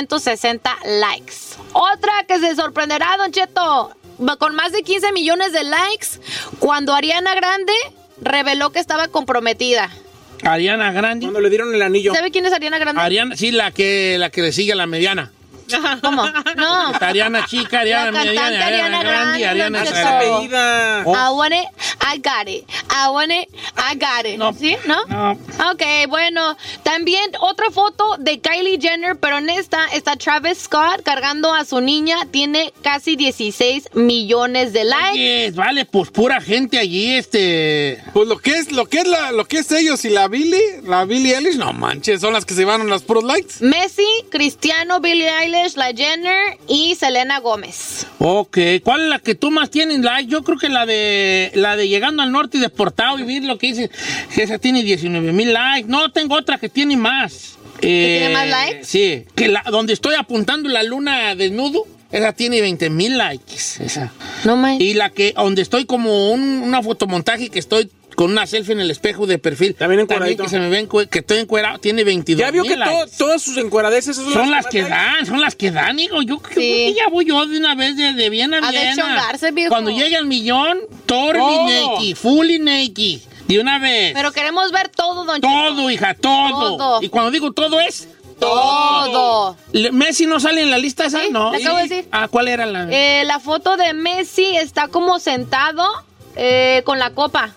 S2: 960 likes. Otra que se sorprenderá, Don Cheto, con más de 15 millones de likes, cuando Ariana Grande reveló que estaba comprometida.
S1: Ariana Grande. Cuando le dieron el anillo.
S2: ¿Sabe quién es Ariana Grande?
S1: Ariana, sí, la que, la que le sigue a la mediana.
S2: ¿Cómo? No.
S1: Está Ariana chica, Ariana
S2: La
S1: mediana,
S2: cantante Ariana Grande,
S1: Ariana
S2: Don
S1: Grande.
S2: Cheto.
S1: Oh.
S2: I want it, I got it. I want it, I got it. ¿Sí? ¿No? Ok, bueno. También otra foto de Kylie Jenner, pero en esta está Travis Scott cargando a su niña. Tiene casi 16 millones de likes.
S1: Oye, vale, pues pura gente allí, este.
S5: Pues lo que es, lo que es la, lo que es ellos y la Billie, la Billie Eilish, no manches, son las que se llevaron las puros likes.
S2: Messi, Cristiano, Billie Eilish, la Jenner y Selena Gómez.
S1: Ok, ¿cuál es la que tú más tienes like? Yo creo que la de la de llegando al norte y deportado y ver lo que dice. Esa tiene 19 mil likes. No, tengo otra que tiene más. Eh,
S2: ¿Que tiene más likes?
S1: Sí, que la, donde estoy apuntando la luna desnudo, esa tiene 20 mil likes. Esa.
S2: No manches.
S1: Y la que donde estoy como un una fotomontaje que estoy con una selfie en el espejo de perfil. También, que se me ven que estoy encuerado, tiene 22
S3: Ya vio que
S1: mil likes.
S3: to- todas sus encueradeces esas
S1: Son las que
S3: más likes.
S1: dan, son las que dan, hijo. Yo creo que ya voy yo de una vez de, de bien a
S2: A
S1: bien.
S2: deschongarse, viejo.
S1: Cuando llegue al millón, Torbi
S2: Todo.
S1: Neki, Fully Neki. De una vez.
S2: Pero queremos ver todo, Don
S1: todo, hija, todo.
S2: Todo.
S1: Y cuando digo todo es.
S2: Todo.
S1: Le- ¿Messi no sale en la lista esa? no.
S2: te acabo de
S1: ¿Y-
S2: decir.
S1: Ah, ¿cuál era la.?
S2: Eh, la foto de Messi está como sentado eh, con la copa.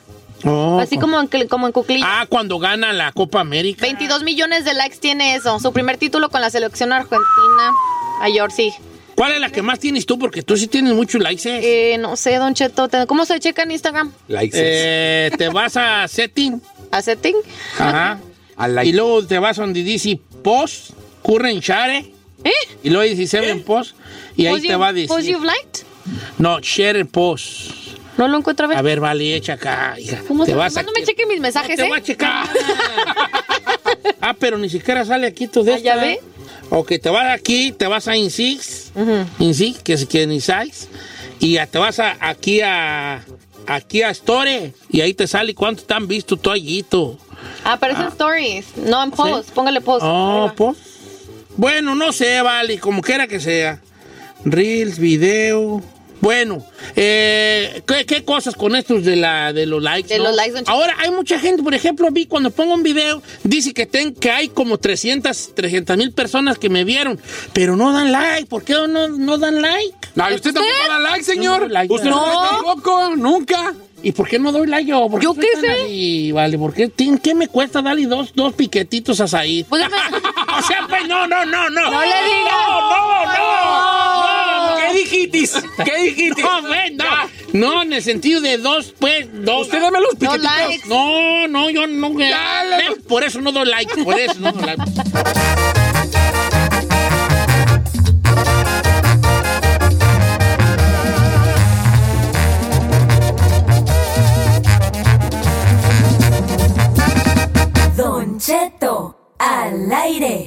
S1: Oh.
S2: Así como en, cl- como en cuclillas.
S1: Ah, cuando gana la Copa América.
S2: 22 millones de likes tiene eso. Su primer título con la selección argentina. Ayer sí.
S1: ¿Cuál es la que más tienes tú? Porque tú sí tienes muchos likes. eh.
S2: Eh, no sé, Don Cheto. te- ¿Cómo se checa en Instagram?
S1: Eh, te vas a setting.
S2: ¿A setting?
S1: Ajá. Y luego te vas donde dice post, current share. Y luego 17 post. Y ¿Eh? ahí
S2: Post
S1: te
S2: you-
S1: va a decir.
S2: post you've liked?
S1: No, share post.
S2: No lo encuentro a ver.
S1: A ver, vale, echa acá, hija.
S2: ¿Cómo
S1: te
S2: se-
S1: vas
S2: nomás
S1: a...
S2: no me cheque mis mensajes,
S1: te
S2: ¿eh?
S1: voy a checar. Ah, pero ni siquiera sale aquí tu de esta.
S2: Ah, ya ve.
S1: Ok, te vas aquí, te vas a Insix. Insix, que es que en Insix. Y ya te vas a, aquí a... Aquí a Store. Y ahí te sale cuánto te han visto tú allito.
S2: Aparecen stories. No, en post. Póngale post.
S1: Ah. Oh, pues. Bueno, no sé, vale, como quiera que sea. Reels, video. Bueno, eh, ¿qué, qué cosas con estos de, la, de los likes?
S2: De
S1: no?
S2: los likes, don Chico.
S1: Ahora, hay mucha gente, por ejemplo, vi cuando pongo un video, dice que, ten, que hay como 300 mil personas que me vieron, pero no dan like. ¿Por qué no, no dan like?
S5: No, y usted tampoco ¿Usted? da like, señor.
S1: doy like.
S5: Usted no No. da like tampoco, nunca.
S1: ¿Y por qué no doy like yo? ¿Por
S2: ¿Yo
S1: soy
S2: qué
S1: tan
S2: sé?
S1: así? vale, ¿por qué, Tin- ¿qué me cuesta darle dos, dos piquetitos a Said? o sea, pues no, no, no, no.
S4: No le digas.
S1: No, no, no.
S3: ¿Qué dijitis? ¿Qué dijitis?
S1: No, ve, no. No, en el sentido de dos, pues, dos.
S3: Usted dame los
S1: No,
S3: piquetitos.
S1: likes. no, no, yo no. Ve, Por eso no doy like, por eso no doy like.
S11: Don Cheto al aire.